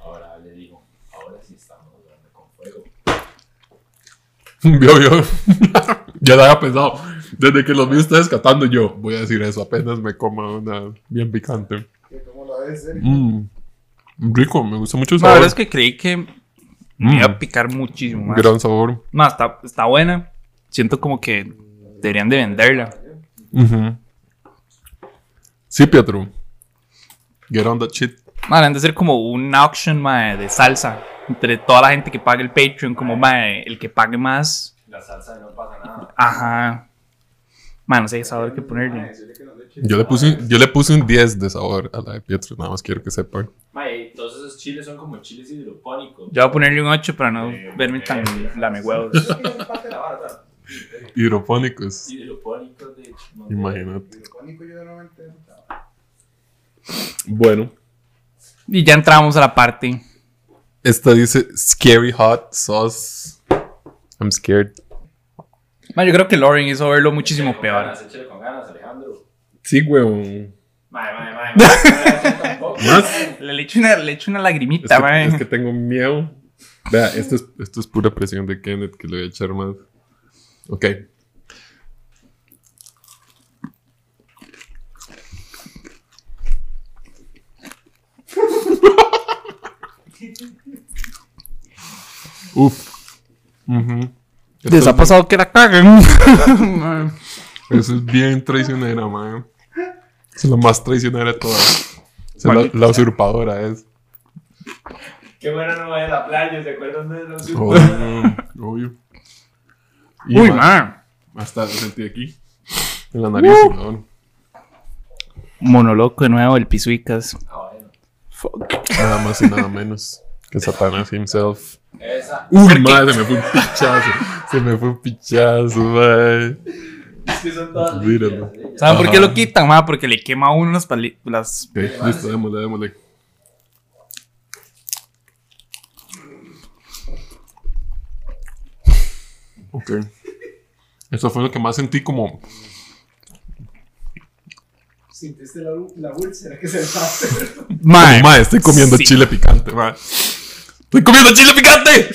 Speaker 9: Ahora le digo, ahora sí estamos hablando con fuego.
Speaker 7: Vio, vio. ya lo había pensado. Desde que los vi ustedes catando, yo voy a decir eso. Apenas me coma una bien picante.
Speaker 6: ¿Qué- ¿Cómo la ves, ¿eh? Sergio?
Speaker 7: Mm. Rico, me gusta mucho el
Speaker 8: La
Speaker 7: sabor.
Speaker 8: verdad es que creí que me
Speaker 7: Mm.
Speaker 8: iba a picar muchísimo más.
Speaker 7: Gran sabor.
Speaker 8: No, está, está buena. Siento como que deberían de venderla.
Speaker 7: Ujú. Sí, Pietro. Get on that shit.
Speaker 8: Man, han de ser como un auction mae, de salsa entre toda la gente que paga el Patreon, como mae, el que pague más.
Speaker 9: La salsa no pasa nada.
Speaker 8: Ajá. Man, no sé qué sabor que ponerle.
Speaker 7: Yo le puse, yo le puse un 10 de sabor a la de Pietro. Nada más quiero que sepan.
Speaker 9: Mae, todos esos chiles son como chiles hidropónicos.
Speaker 8: Yo voy a ponerle un 8 para no verme tan lamehuevos.
Speaker 7: Hidropónicos.
Speaker 9: Hidropónicos de. no sé.
Speaker 7: Imagínate.
Speaker 6: Hidropónico yo normalmente.
Speaker 7: Bueno.
Speaker 8: Y ya entramos a la parte.
Speaker 7: Esta dice Scary Hot Sauce. I'm scared.
Speaker 8: Man, yo creo que Lauren hizo verlo muchísimo
Speaker 9: Con
Speaker 8: peor.
Speaker 9: ganas, échale con ganas, Alejandro.
Speaker 7: Sí, weón.
Speaker 9: Mae, mae, mae. mae, no, tampoco.
Speaker 8: Le eché una, le eché una
Speaker 7: Es
Speaker 8: lagrimita,
Speaker 7: que,
Speaker 8: mae.
Speaker 7: es que tengo miedo. Vea, esto es, esto es pura presión de Kenneth que le voy a echar más. Ok. Uf. Ujú. Esto
Speaker 2: ¿Les ha
Speaker 7: es-
Speaker 2: pasado que la caguen?
Speaker 7: Eso es bien traicionera, man. Es la más traicionera de todas. Es la,
Speaker 8: Maldita
Speaker 7: la usurpadora es.
Speaker 9: Qué buena novela la playa, ¿se acuerdan de los
Speaker 7: Obvio. obvio. Y,
Speaker 8: Uy,
Speaker 7: ma,
Speaker 2: Ah.
Speaker 8: man.
Speaker 7: Hasta lo sentí aquí. En la nariz, weón.
Speaker 8: Monoloco de nuevo, el Pizuicas.
Speaker 7: Nada más y nada menos que Satanás himself.
Speaker 9: Esa.
Speaker 7: Uy, madre, se me fue un pichazo. Se me fue un pichazo, man.
Speaker 9: Es que son todas.
Speaker 7: Míralo.
Speaker 9: limpias, ¿eh?
Speaker 8: ¿Saben por qué
Speaker 7: Ajá.
Speaker 8: lo quitan, mae? Porque le quema a uno las, pali- las
Speaker 7: Ok, listo, démosle, démosle. Ok. Eso fue lo que más sentí como
Speaker 6: Sintiste la, ú- la úlcera que se va a hacer.
Speaker 8: Mae,
Speaker 7: Ma, estoy comiendo
Speaker 8: sí.
Speaker 7: chile picante, ma. ¡Estoy comiendo chile picante!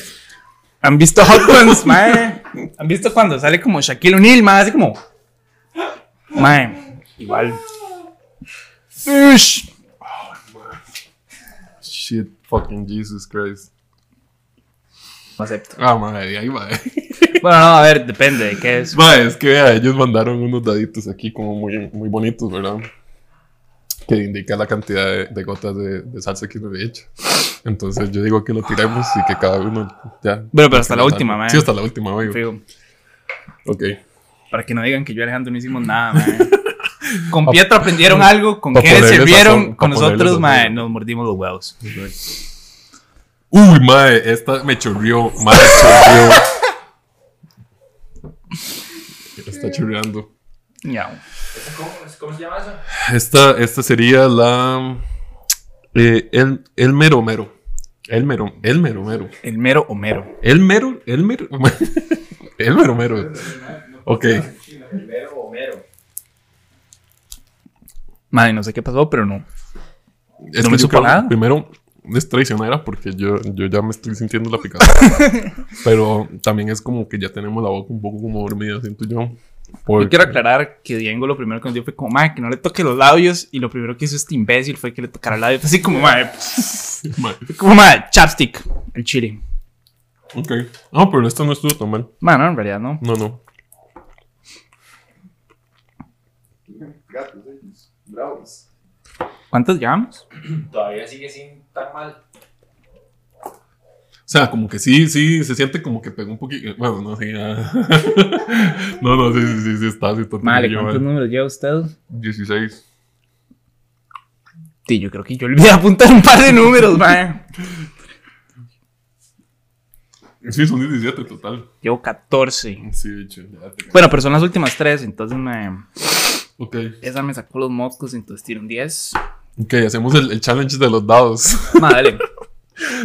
Speaker 8: ¿Han visto Hot Ones, mae? ¿Han visto cuando sale como Shaquille O'Neal, mae? Así como... Mae, igual. Ush.
Speaker 7: Shit, fucking Jesus Christ.
Speaker 8: No acepto.
Speaker 7: Ah, ma, de ahí va.
Speaker 8: Bueno, no, a ver, depende de qué es.
Speaker 7: Ma, es que vea, ellos mandaron unos daditos aquí como muy, muy bonitos, ¿verdad? Que indica la cantidad de, de gotas de, de salsa que uno le echa. Entonces yo digo que lo tiremos y que cada uno ya...
Speaker 8: Bueno, pero hasta la última, mae.
Speaker 7: Sí, hasta la última, güey.
Speaker 8: Fijo.
Speaker 7: Ok.
Speaker 8: Para que no digan que yo y Alejandro no hicimos nada, mae. Con Pietro aprendieron algo, con
Speaker 7: pa
Speaker 8: qué se
Speaker 7: ponerle
Speaker 8: vieron,
Speaker 7: sazón,
Speaker 8: con
Speaker 7: pa ponerle
Speaker 8: nosotros,
Speaker 7: sazón.
Speaker 8: mae, nos mordimos los huevos.
Speaker 7: Uy, mae, esta me chorrió. Mae, chorrió. Está chorreando.
Speaker 8: Ya.
Speaker 9: ¿Cómo, ¿Cómo se llama eso?
Speaker 7: Esta, esta sería la. eh, el, el mero mero. El mero, el mero mero.
Speaker 8: El mero Homero.
Speaker 7: El mero, el mero. El mero mero. Ok.
Speaker 9: Primero Homero.
Speaker 8: Mae, no sé qué pasó, pero no.
Speaker 7: Es
Speaker 8: No
Speaker 7: que
Speaker 8: me
Speaker 7: yo
Speaker 8: supo
Speaker 7: creo que
Speaker 8: nada.
Speaker 7: Primero, es traicionera porque yo, yo ya me estoy sintiendo la picada. Pero también es como que ya tenemos la boca un poco como dormida, siento yo.
Speaker 8: Yo
Speaker 7: Porque-
Speaker 8: quiero aclarar que Diego lo primero que nos dio fue como, madre, que no le toque los labios. Y lo primero que hizo este imbécil fue que le tocara el labio. Así como, madre,
Speaker 7: Mae,
Speaker 8: como, madre, chapstick, el chile.
Speaker 7: Ok. Ah, pero esta no estuvo tan mal.
Speaker 8: Bueno, no, en realidad no.
Speaker 7: No, no.
Speaker 6: Gatos, ellos. Bravos.
Speaker 8: ¿Cuántos llevamos?
Speaker 9: Todavía sigue sin tan mal.
Speaker 7: O sea, como que sí, sí, se siente como que pegó un poquito. Bueno, no, sí, ya. no, no, sí, sí, sí, sí, está, sí, está.
Speaker 8: Vale,
Speaker 7: yo,
Speaker 8: ¿cuántos
Speaker 7: man.
Speaker 8: números lleva usted?
Speaker 7: 16.
Speaker 8: Sí, yo creo que yo olvidé apuntar un par de números, madre.
Speaker 7: Sí, son 17 total.
Speaker 8: Llevo 14.
Speaker 7: Sí, de hecho, ya te
Speaker 8: Bueno, pero son las últimas tres, entonces me...
Speaker 7: Ok.
Speaker 8: Esa me sacó los mocos, entonces tiro un 10.
Speaker 7: Ok, hacemos el, el challenge de los dados.
Speaker 8: Madre.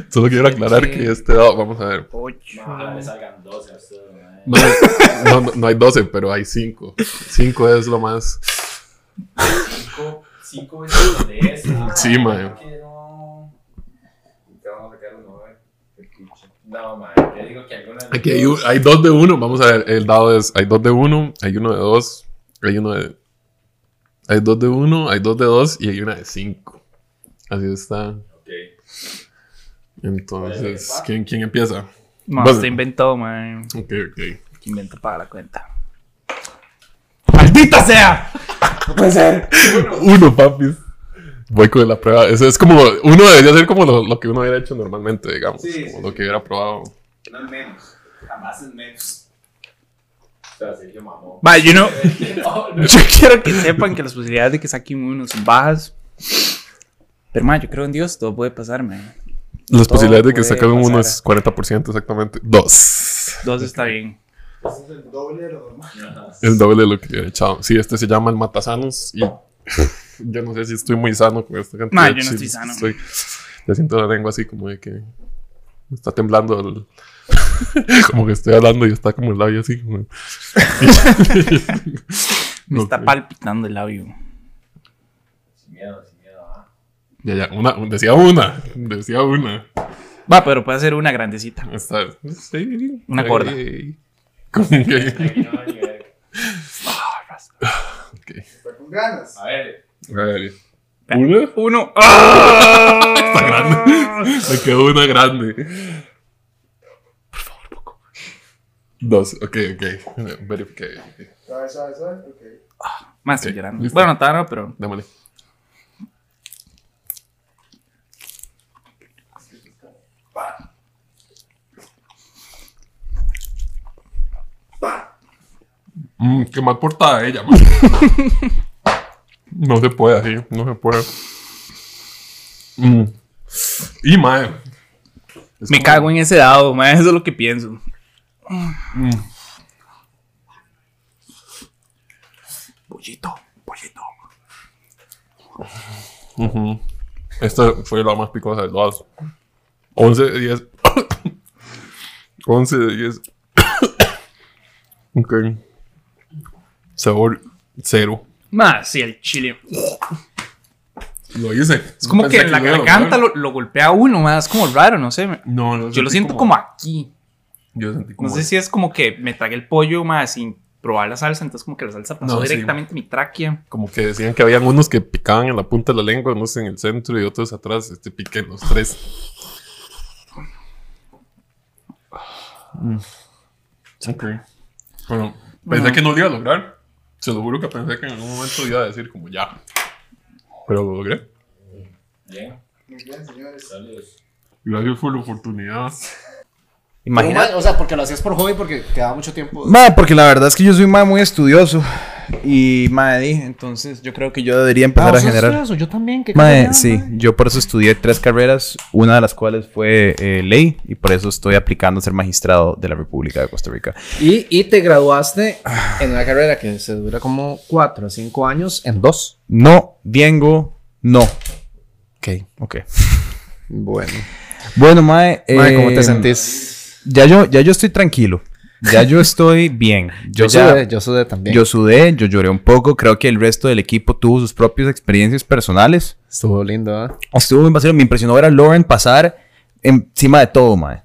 Speaker 7: Solo quiero aclarar
Speaker 8: Sí.
Speaker 7: que este dado, vamos a ver.
Speaker 8: 8.
Speaker 6: Ojalá le salgan 12 a usted, mae.
Speaker 7: No, no, no- no hay 12, pero hay 5. 5 es lo más.
Speaker 6: 5 5 veces de eso.
Speaker 7: Sí, mae.
Speaker 6: Que no. Te vamos a sacar un 9. No, mae. Te digo que alguna. de
Speaker 7: Aquí
Speaker 6: las
Speaker 7: hay,
Speaker 6: dos-
Speaker 7: un- hay 2 de 1. Vamos a ver, el dado es. Hay 2 de 1, hay 1 de 2, hay 1 de. Hay 2 de 1, hay 2 de 2 y hay una de 5. Así está.
Speaker 6: Ok.
Speaker 7: Entonces, ¿quién, quién empieza?
Speaker 8: Más
Speaker 7: Bueno.
Speaker 8: te inventó, man.
Speaker 7: Ok, ok.
Speaker 8: Que inventa para la cuenta. ¡Maldita sea!
Speaker 7: Uno, papis. Voy con la prueba. Eso es como. Uno debería ser como lo, lo que uno hubiera hecho normalmente, digamos.
Speaker 6: Sí,
Speaker 7: como
Speaker 6: sí,
Speaker 7: lo que hubiera probado.
Speaker 6: No es menos. Jamás es menos. O sea, Sergio mamó.
Speaker 8: Va, yo no.
Speaker 6: No, no.
Speaker 8: Yo quiero que sepan que las posibilidades de que saquen uno son bajas. Pero, man, yo creo en Dios, todo puede pasar, man.
Speaker 7: Las
Speaker 8: Todo
Speaker 7: posibilidades de que
Speaker 8: puede
Speaker 7: sacaran uno
Speaker 8: pasar.
Speaker 7: es 40%, exactamente. Dos.
Speaker 8: Dos está bien.
Speaker 10: Ese es el doble de lo normal.
Speaker 7: El doble de lo que yo he echado. Sí, este se llama el Matasanos y yo no sé si estoy muy sano con esta cantidad.
Speaker 8: Ma,
Speaker 7: de
Speaker 8: yo no estoy
Speaker 7: chiles.
Speaker 8: sano.
Speaker 7: Estoy- ya siento la lengua así como de que me está temblando. el- como que estoy hablando y está como el labio así. Como...
Speaker 8: Me
Speaker 7: Ok.
Speaker 8: está palpitando el labio.
Speaker 6: Sin miedo, sin miedo. ah.
Speaker 7: Ya, ya, una, decía una, decía una.
Speaker 8: Va, pero puede ser una grandecita.
Speaker 7: Está, sí,
Speaker 8: Una
Speaker 7: ahí.
Speaker 8: gorda.
Speaker 7: Como que-
Speaker 6: Aquí no va a llegar.
Speaker 7: ok.
Speaker 10: Está con ganas.
Speaker 6: A ver.
Speaker 7: A ver. ¿Una?
Speaker 8: Uno. ¡Ah!
Speaker 7: Está grande. Me quedó una grande. Por favor, poco. Dos, ok, ok. Verifique.
Speaker 10: Suave, suave, suave. Ok.
Speaker 8: Más estoy
Speaker 7: Ok,
Speaker 8: llorando.
Speaker 7: listo.
Speaker 8: Bueno, tarde, pero.
Speaker 7: Démosle. Mm, qué mal portada ella, man. No se puede así, no se puede. Mm. Y mae. es
Speaker 8: Me
Speaker 7: como-
Speaker 8: cago en ese dado, man. Eso es lo que pienso. Pollito, pollito.
Speaker 7: Ujú. Esta fue la más picosa de todas. 11 de 10. 11 de 10. ok. Sabor cero.
Speaker 8: Más, sí, el chile.
Speaker 7: Lo hice.
Speaker 8: Es como que en la garganta lo, lo golpea a uno, más. Es como raro, no sé. me-
Speaker 7: No, no
Speaker 8: Yo
Speaker 7: sentí
Speaker 8: lo siento como aquí.
Speaker 7: Yo sentí
Speaker 8: No
Speaker 7: como.
Speaker 8: sé si es como que me tragué el pollo, más sin probar la salsa. Entonces, como que la salsa pasó
Speaker 7: No, sí.
Speaker 8: directamente a mi tráquea.
Speaker 7: Como que decían que habían unos que picaban en la punta de la lengua, unos en el centro y otros atrás. Este piqué en los tres. Mm. Ok. Bueno, pensé que no lo iba a lograr. Se lo juro que pensé que en algún momento iba a decir como ya. Pero lo logré.
Speaker 6: Bien.
Speaker 10: Muy bien, señores.
Speaker 6: Saludos.
Speaker 7: Gracias por la oportunidad.
Speaker 4: Imagina.
Speaker 2: O sea, porque lo hacías por hobby porque quedaba mucho tiempo.
Speaker 4: Mae, porque la verdad es que yo soy un mae muy estudioso. Y mae, di, entonces yo creo que yo debería
Speaker 2: Ah,
Speaker 4: empezar a generar.
Speaker 2: Yo también. ¿qué
Speaker 4: Mae,
Speaker 2: casualidad,
Speaker 4: sí,
Speaker 2: mae?
Speaker 4: yo por eso estudié tres carreras, una de las cuales fue eh, ley y por eso estoy aplicando a ser magistrado de la República de Costa Rica.
Speaker 2: Y, y te graduaste en una carrera que se dura como 4 a 5 años en 2.
Speaker 4: No, Diego, no.
Speaker 2: Ok.
Speaker 4: Ok.
Speaker 2: Bueno. Em,
Speaker 4: Bueno, Mae,
Speaker 2: Mae,
Speaker 4: eh,
Speaker 2: ¿cómo te sentís?
Speaker 4: Ya yo, ya yo estoy tranquilo, ya yo estoy bien. Yo, ya,
Speaker 2: sudé, yo sudé también.
Speaker 4: yo sudé, yo lloré un poco, creo que el resto del equipo tuvo sus propias experiencias personales.
Speaker 2: Estuvo lindo, ¿eh?
Speaker 4: Estuvo bien vacío. Me impresionó ver a Lauren pasar encima de todo, mae.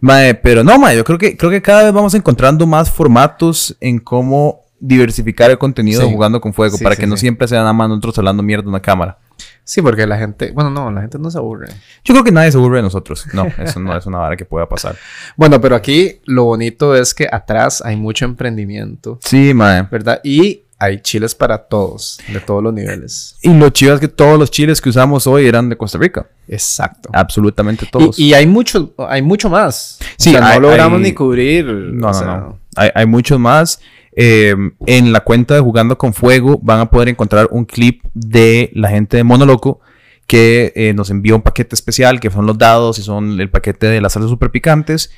Speaker 4: Mae, pero no, mae. Yo creo que, creo que cada vez vamos encontrando más formatos en cómo diversificar el contenido
Speaker 2: Sí.
Speaker 4: jugando con fuego
Speaker 2: Sí,
Speaker 4: para
Speaker 2: sí,
Speaker 4: que no
Speaker 2: sí.
Speaker 4: siempre sea nada más nosotros hablando mierda en una cámara.
Speaker 2: Sí, porque la gente, bueno, no, la gente no se aburre.
Speaker 4: Yo creo que nadie se aburre de nosotros. No, eso no es una vara que pueda pasar.
Speaker 2: Bueno, pero aquí lo bonito es que atrás hay mucho emprendimiento,
Speaker 4: Sí, mae.
Speaker 2: ¿verdad? Y hay chiles para todos, de todos los niveles.
Speaker 4: Y lo chido es que todos los chiles que usamos hoy eran de Costa Rica.
Speaker 2: Exacto.
Speaker 4: Absolutamente
Speaker 2: Y,
Speaker 4: todos.
Speaker 2: y hay mucho, hay mucho más.
Speaker 4: Sí,
Speaker 2: o sea,
Speaker 4: hay-
Speaker 2: no logramos
Speaker 4: hay-
Speaker 2: ni cubrir.
Speaker 4: No,
Speaker 2: o
Speaker 4: no,
Speaker 2: sea,
Speaker 4: no. Hay, hay muchos más. Eh, en la cuenta de Jugando con Fuego van a poder encontrar un clip de la gente de Monoloco
Speaker 1: que eh, nos envía un paquete especial, que son los dados y son el paquete de las salsas super picantes.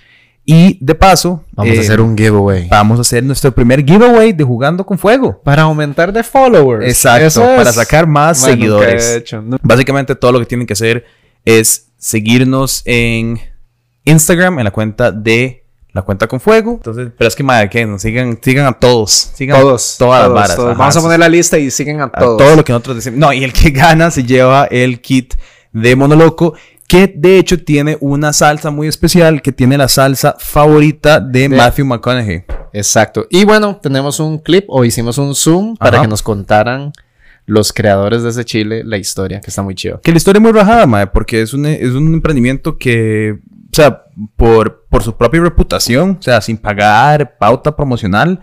Speaker 1: Y de paso,
Speaker 2: Vamos
Speaker 1: eh,
Speaker 2: a hacer un giveaway.
Speaker 1: vamos a hacer nuestro primer giveaway de Jugando con Fuego.
Speaker 2: Para aumentar de followers.
Speaker 1: Exacto,
Speaker 2: Eso es.
Speaker 1: para sacar más
Speaker 2: Mae, nunca
Speaker 1: seguidores.
Speaker 2: he hecho, nu-
Speaker 1: Básicamente todo lo que tienen que hacer es seguirnos en Instagram, en la cuenta de la cuenta con fuego. Entonces, pero es que madre, que nos sigan, sigan a todos, sigan
Speaker 2: Todos.
Speaker 1: todas
Speaker 2: todos,
Speaker 1: las varas.
Speaker 2: todos.
Speaker 1: ajá,
Speaker 2: Vamos a
Speaker 1: sí,
Speaker 2: poner la lista y siguen a
Speaker 1: a
Speaker 2: todos.
Speaker 1: todo lo que nosotros decimos. No, y el que gana se lleva el kit de Monoloco, que de hecho tiene una salsa muy especial, que tiene la salsa favorita de Matthew McConaughey.
Speaker 2: Exacto. Y bueno, tenemos un clip o hicimos un zoom para
Speaker 1: Ajá.
Speaker 2: que nos contaran los creadores de ese chile la historia, que está muy chido.
Speaker 1: Que la historia es muy rajada, mae, porque es un, es un emprendimiento que, o sea, por, por su propia reputación, o sea, sin pagar pauta promocional,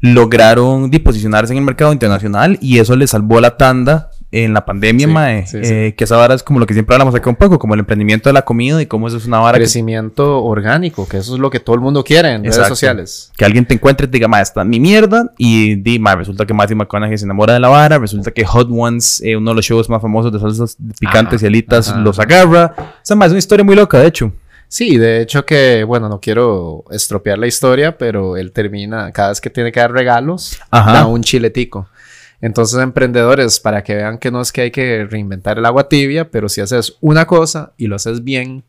Speaker 1: lograron disposicionarse en el mercado internacional y eso les salvó la tanda en la pandemia, mae.
Speaker 2: sí,
Speaker 1: Eh, que esa vara es como lo que siempre hablamos acá un poco, como el emprendimiento de la comida y cómo eso es una vara que,
Speaker 2: Crecimiento orgánico, que eso es lo que todo el mundo quiere en redes
Speaker 1: Exacto.
Speaker 2: sociales.
Speaker 1: que alguien te encuentre y te diga, mae, esta es mi mierda. Y di, mae, resulta que Matthew McConaughey se enamora de la vara. Resulta que Hot Ones, eh, uno de los shows más famosos de salsas picantes y alitas,
Speaker 2: ajá.
Speaker 1: los agarra. O sea, mae, es una historia muy loca, de hecho.
Speaker 2: Sí, de hecho que, bueno, no quiero estropear la historia, pero él termina, cada vez que tiene que dar regalos,
Speaker 1: Ajá.
Speaker 2: da un chiletico. Entonces, emprendedores, para que vean que no es que hay que reinventar el agua tibia, pero si haces una cosa y lo haces bien,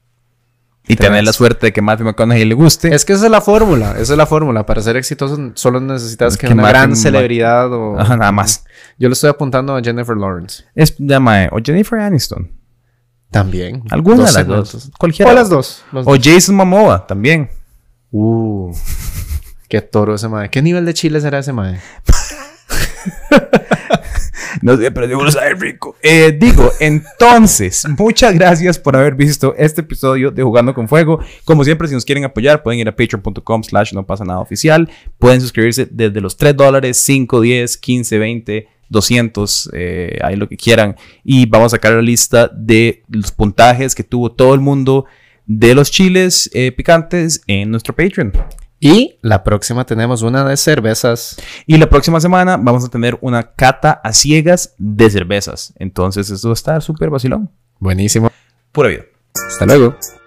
Speaker 1: Y tener
Speaker 2: Tenés.
Speaker 1: la suerte de que Matthew McConaughey le guste.
Speaker 2: Es que esa es la fórmula, esa es la fórmula. Para ser exitoso solo necesitas que,
Speaker 1: Que
Speaker 2: una
Speaker 1: maten
Speaker 2: gran
Speaker 1: un-
Speaker 2: celebridad o...
Speaker 1: Ajá, nada más.
Speaker 2: Yo le estoy apuntando a Jennifer Lawrence.
Speaker 1: Es ya, mae, o Jennifer Aniston.
Speaker 2: También.
Speaker 1: Alguna
Speaker 2: Dos
Speaker 1: de las
Speaker 2: segmentos.
Speaker 1: dos. Cualquiera.
Speaker 2: O las dos. los
Speaker 1: O
Speaker 2: dos.
Speaker 1: Jason Momoa también.
Speaker 2: Uh, qué toro ese mae. ¿Qué nivel de chile será ese mae?
Speaker 1: No sé, pero seguro sabe rico. Eh, digo, entonces, muchas gracias por haber visto este episodio de Jugando con Fuego. Como siempre, si nos quieren apoyar, pueden ir a patreon.com slash no pasa nada oficial. Pueden suscribirse desde los 3 dólares, 5, 10, 15, 20, 200, eh, ahí lo que quieran. Y vamos a sacar la lista de los puntajes que tuvo todo el mundo de los chiles eh, picantes en nuestro Patreon.
Speaker 2: Y la próxima tenemos una de cervezas.
Speaker 1: Y la próxima semana vamos a tener una cata a ciegas de cervezas. Entonces, esto va a estar súper vacilón.
Speaker 2: Buenísimo.
Speaker 1: Pura vida.
Speaker 2: Hasta luego.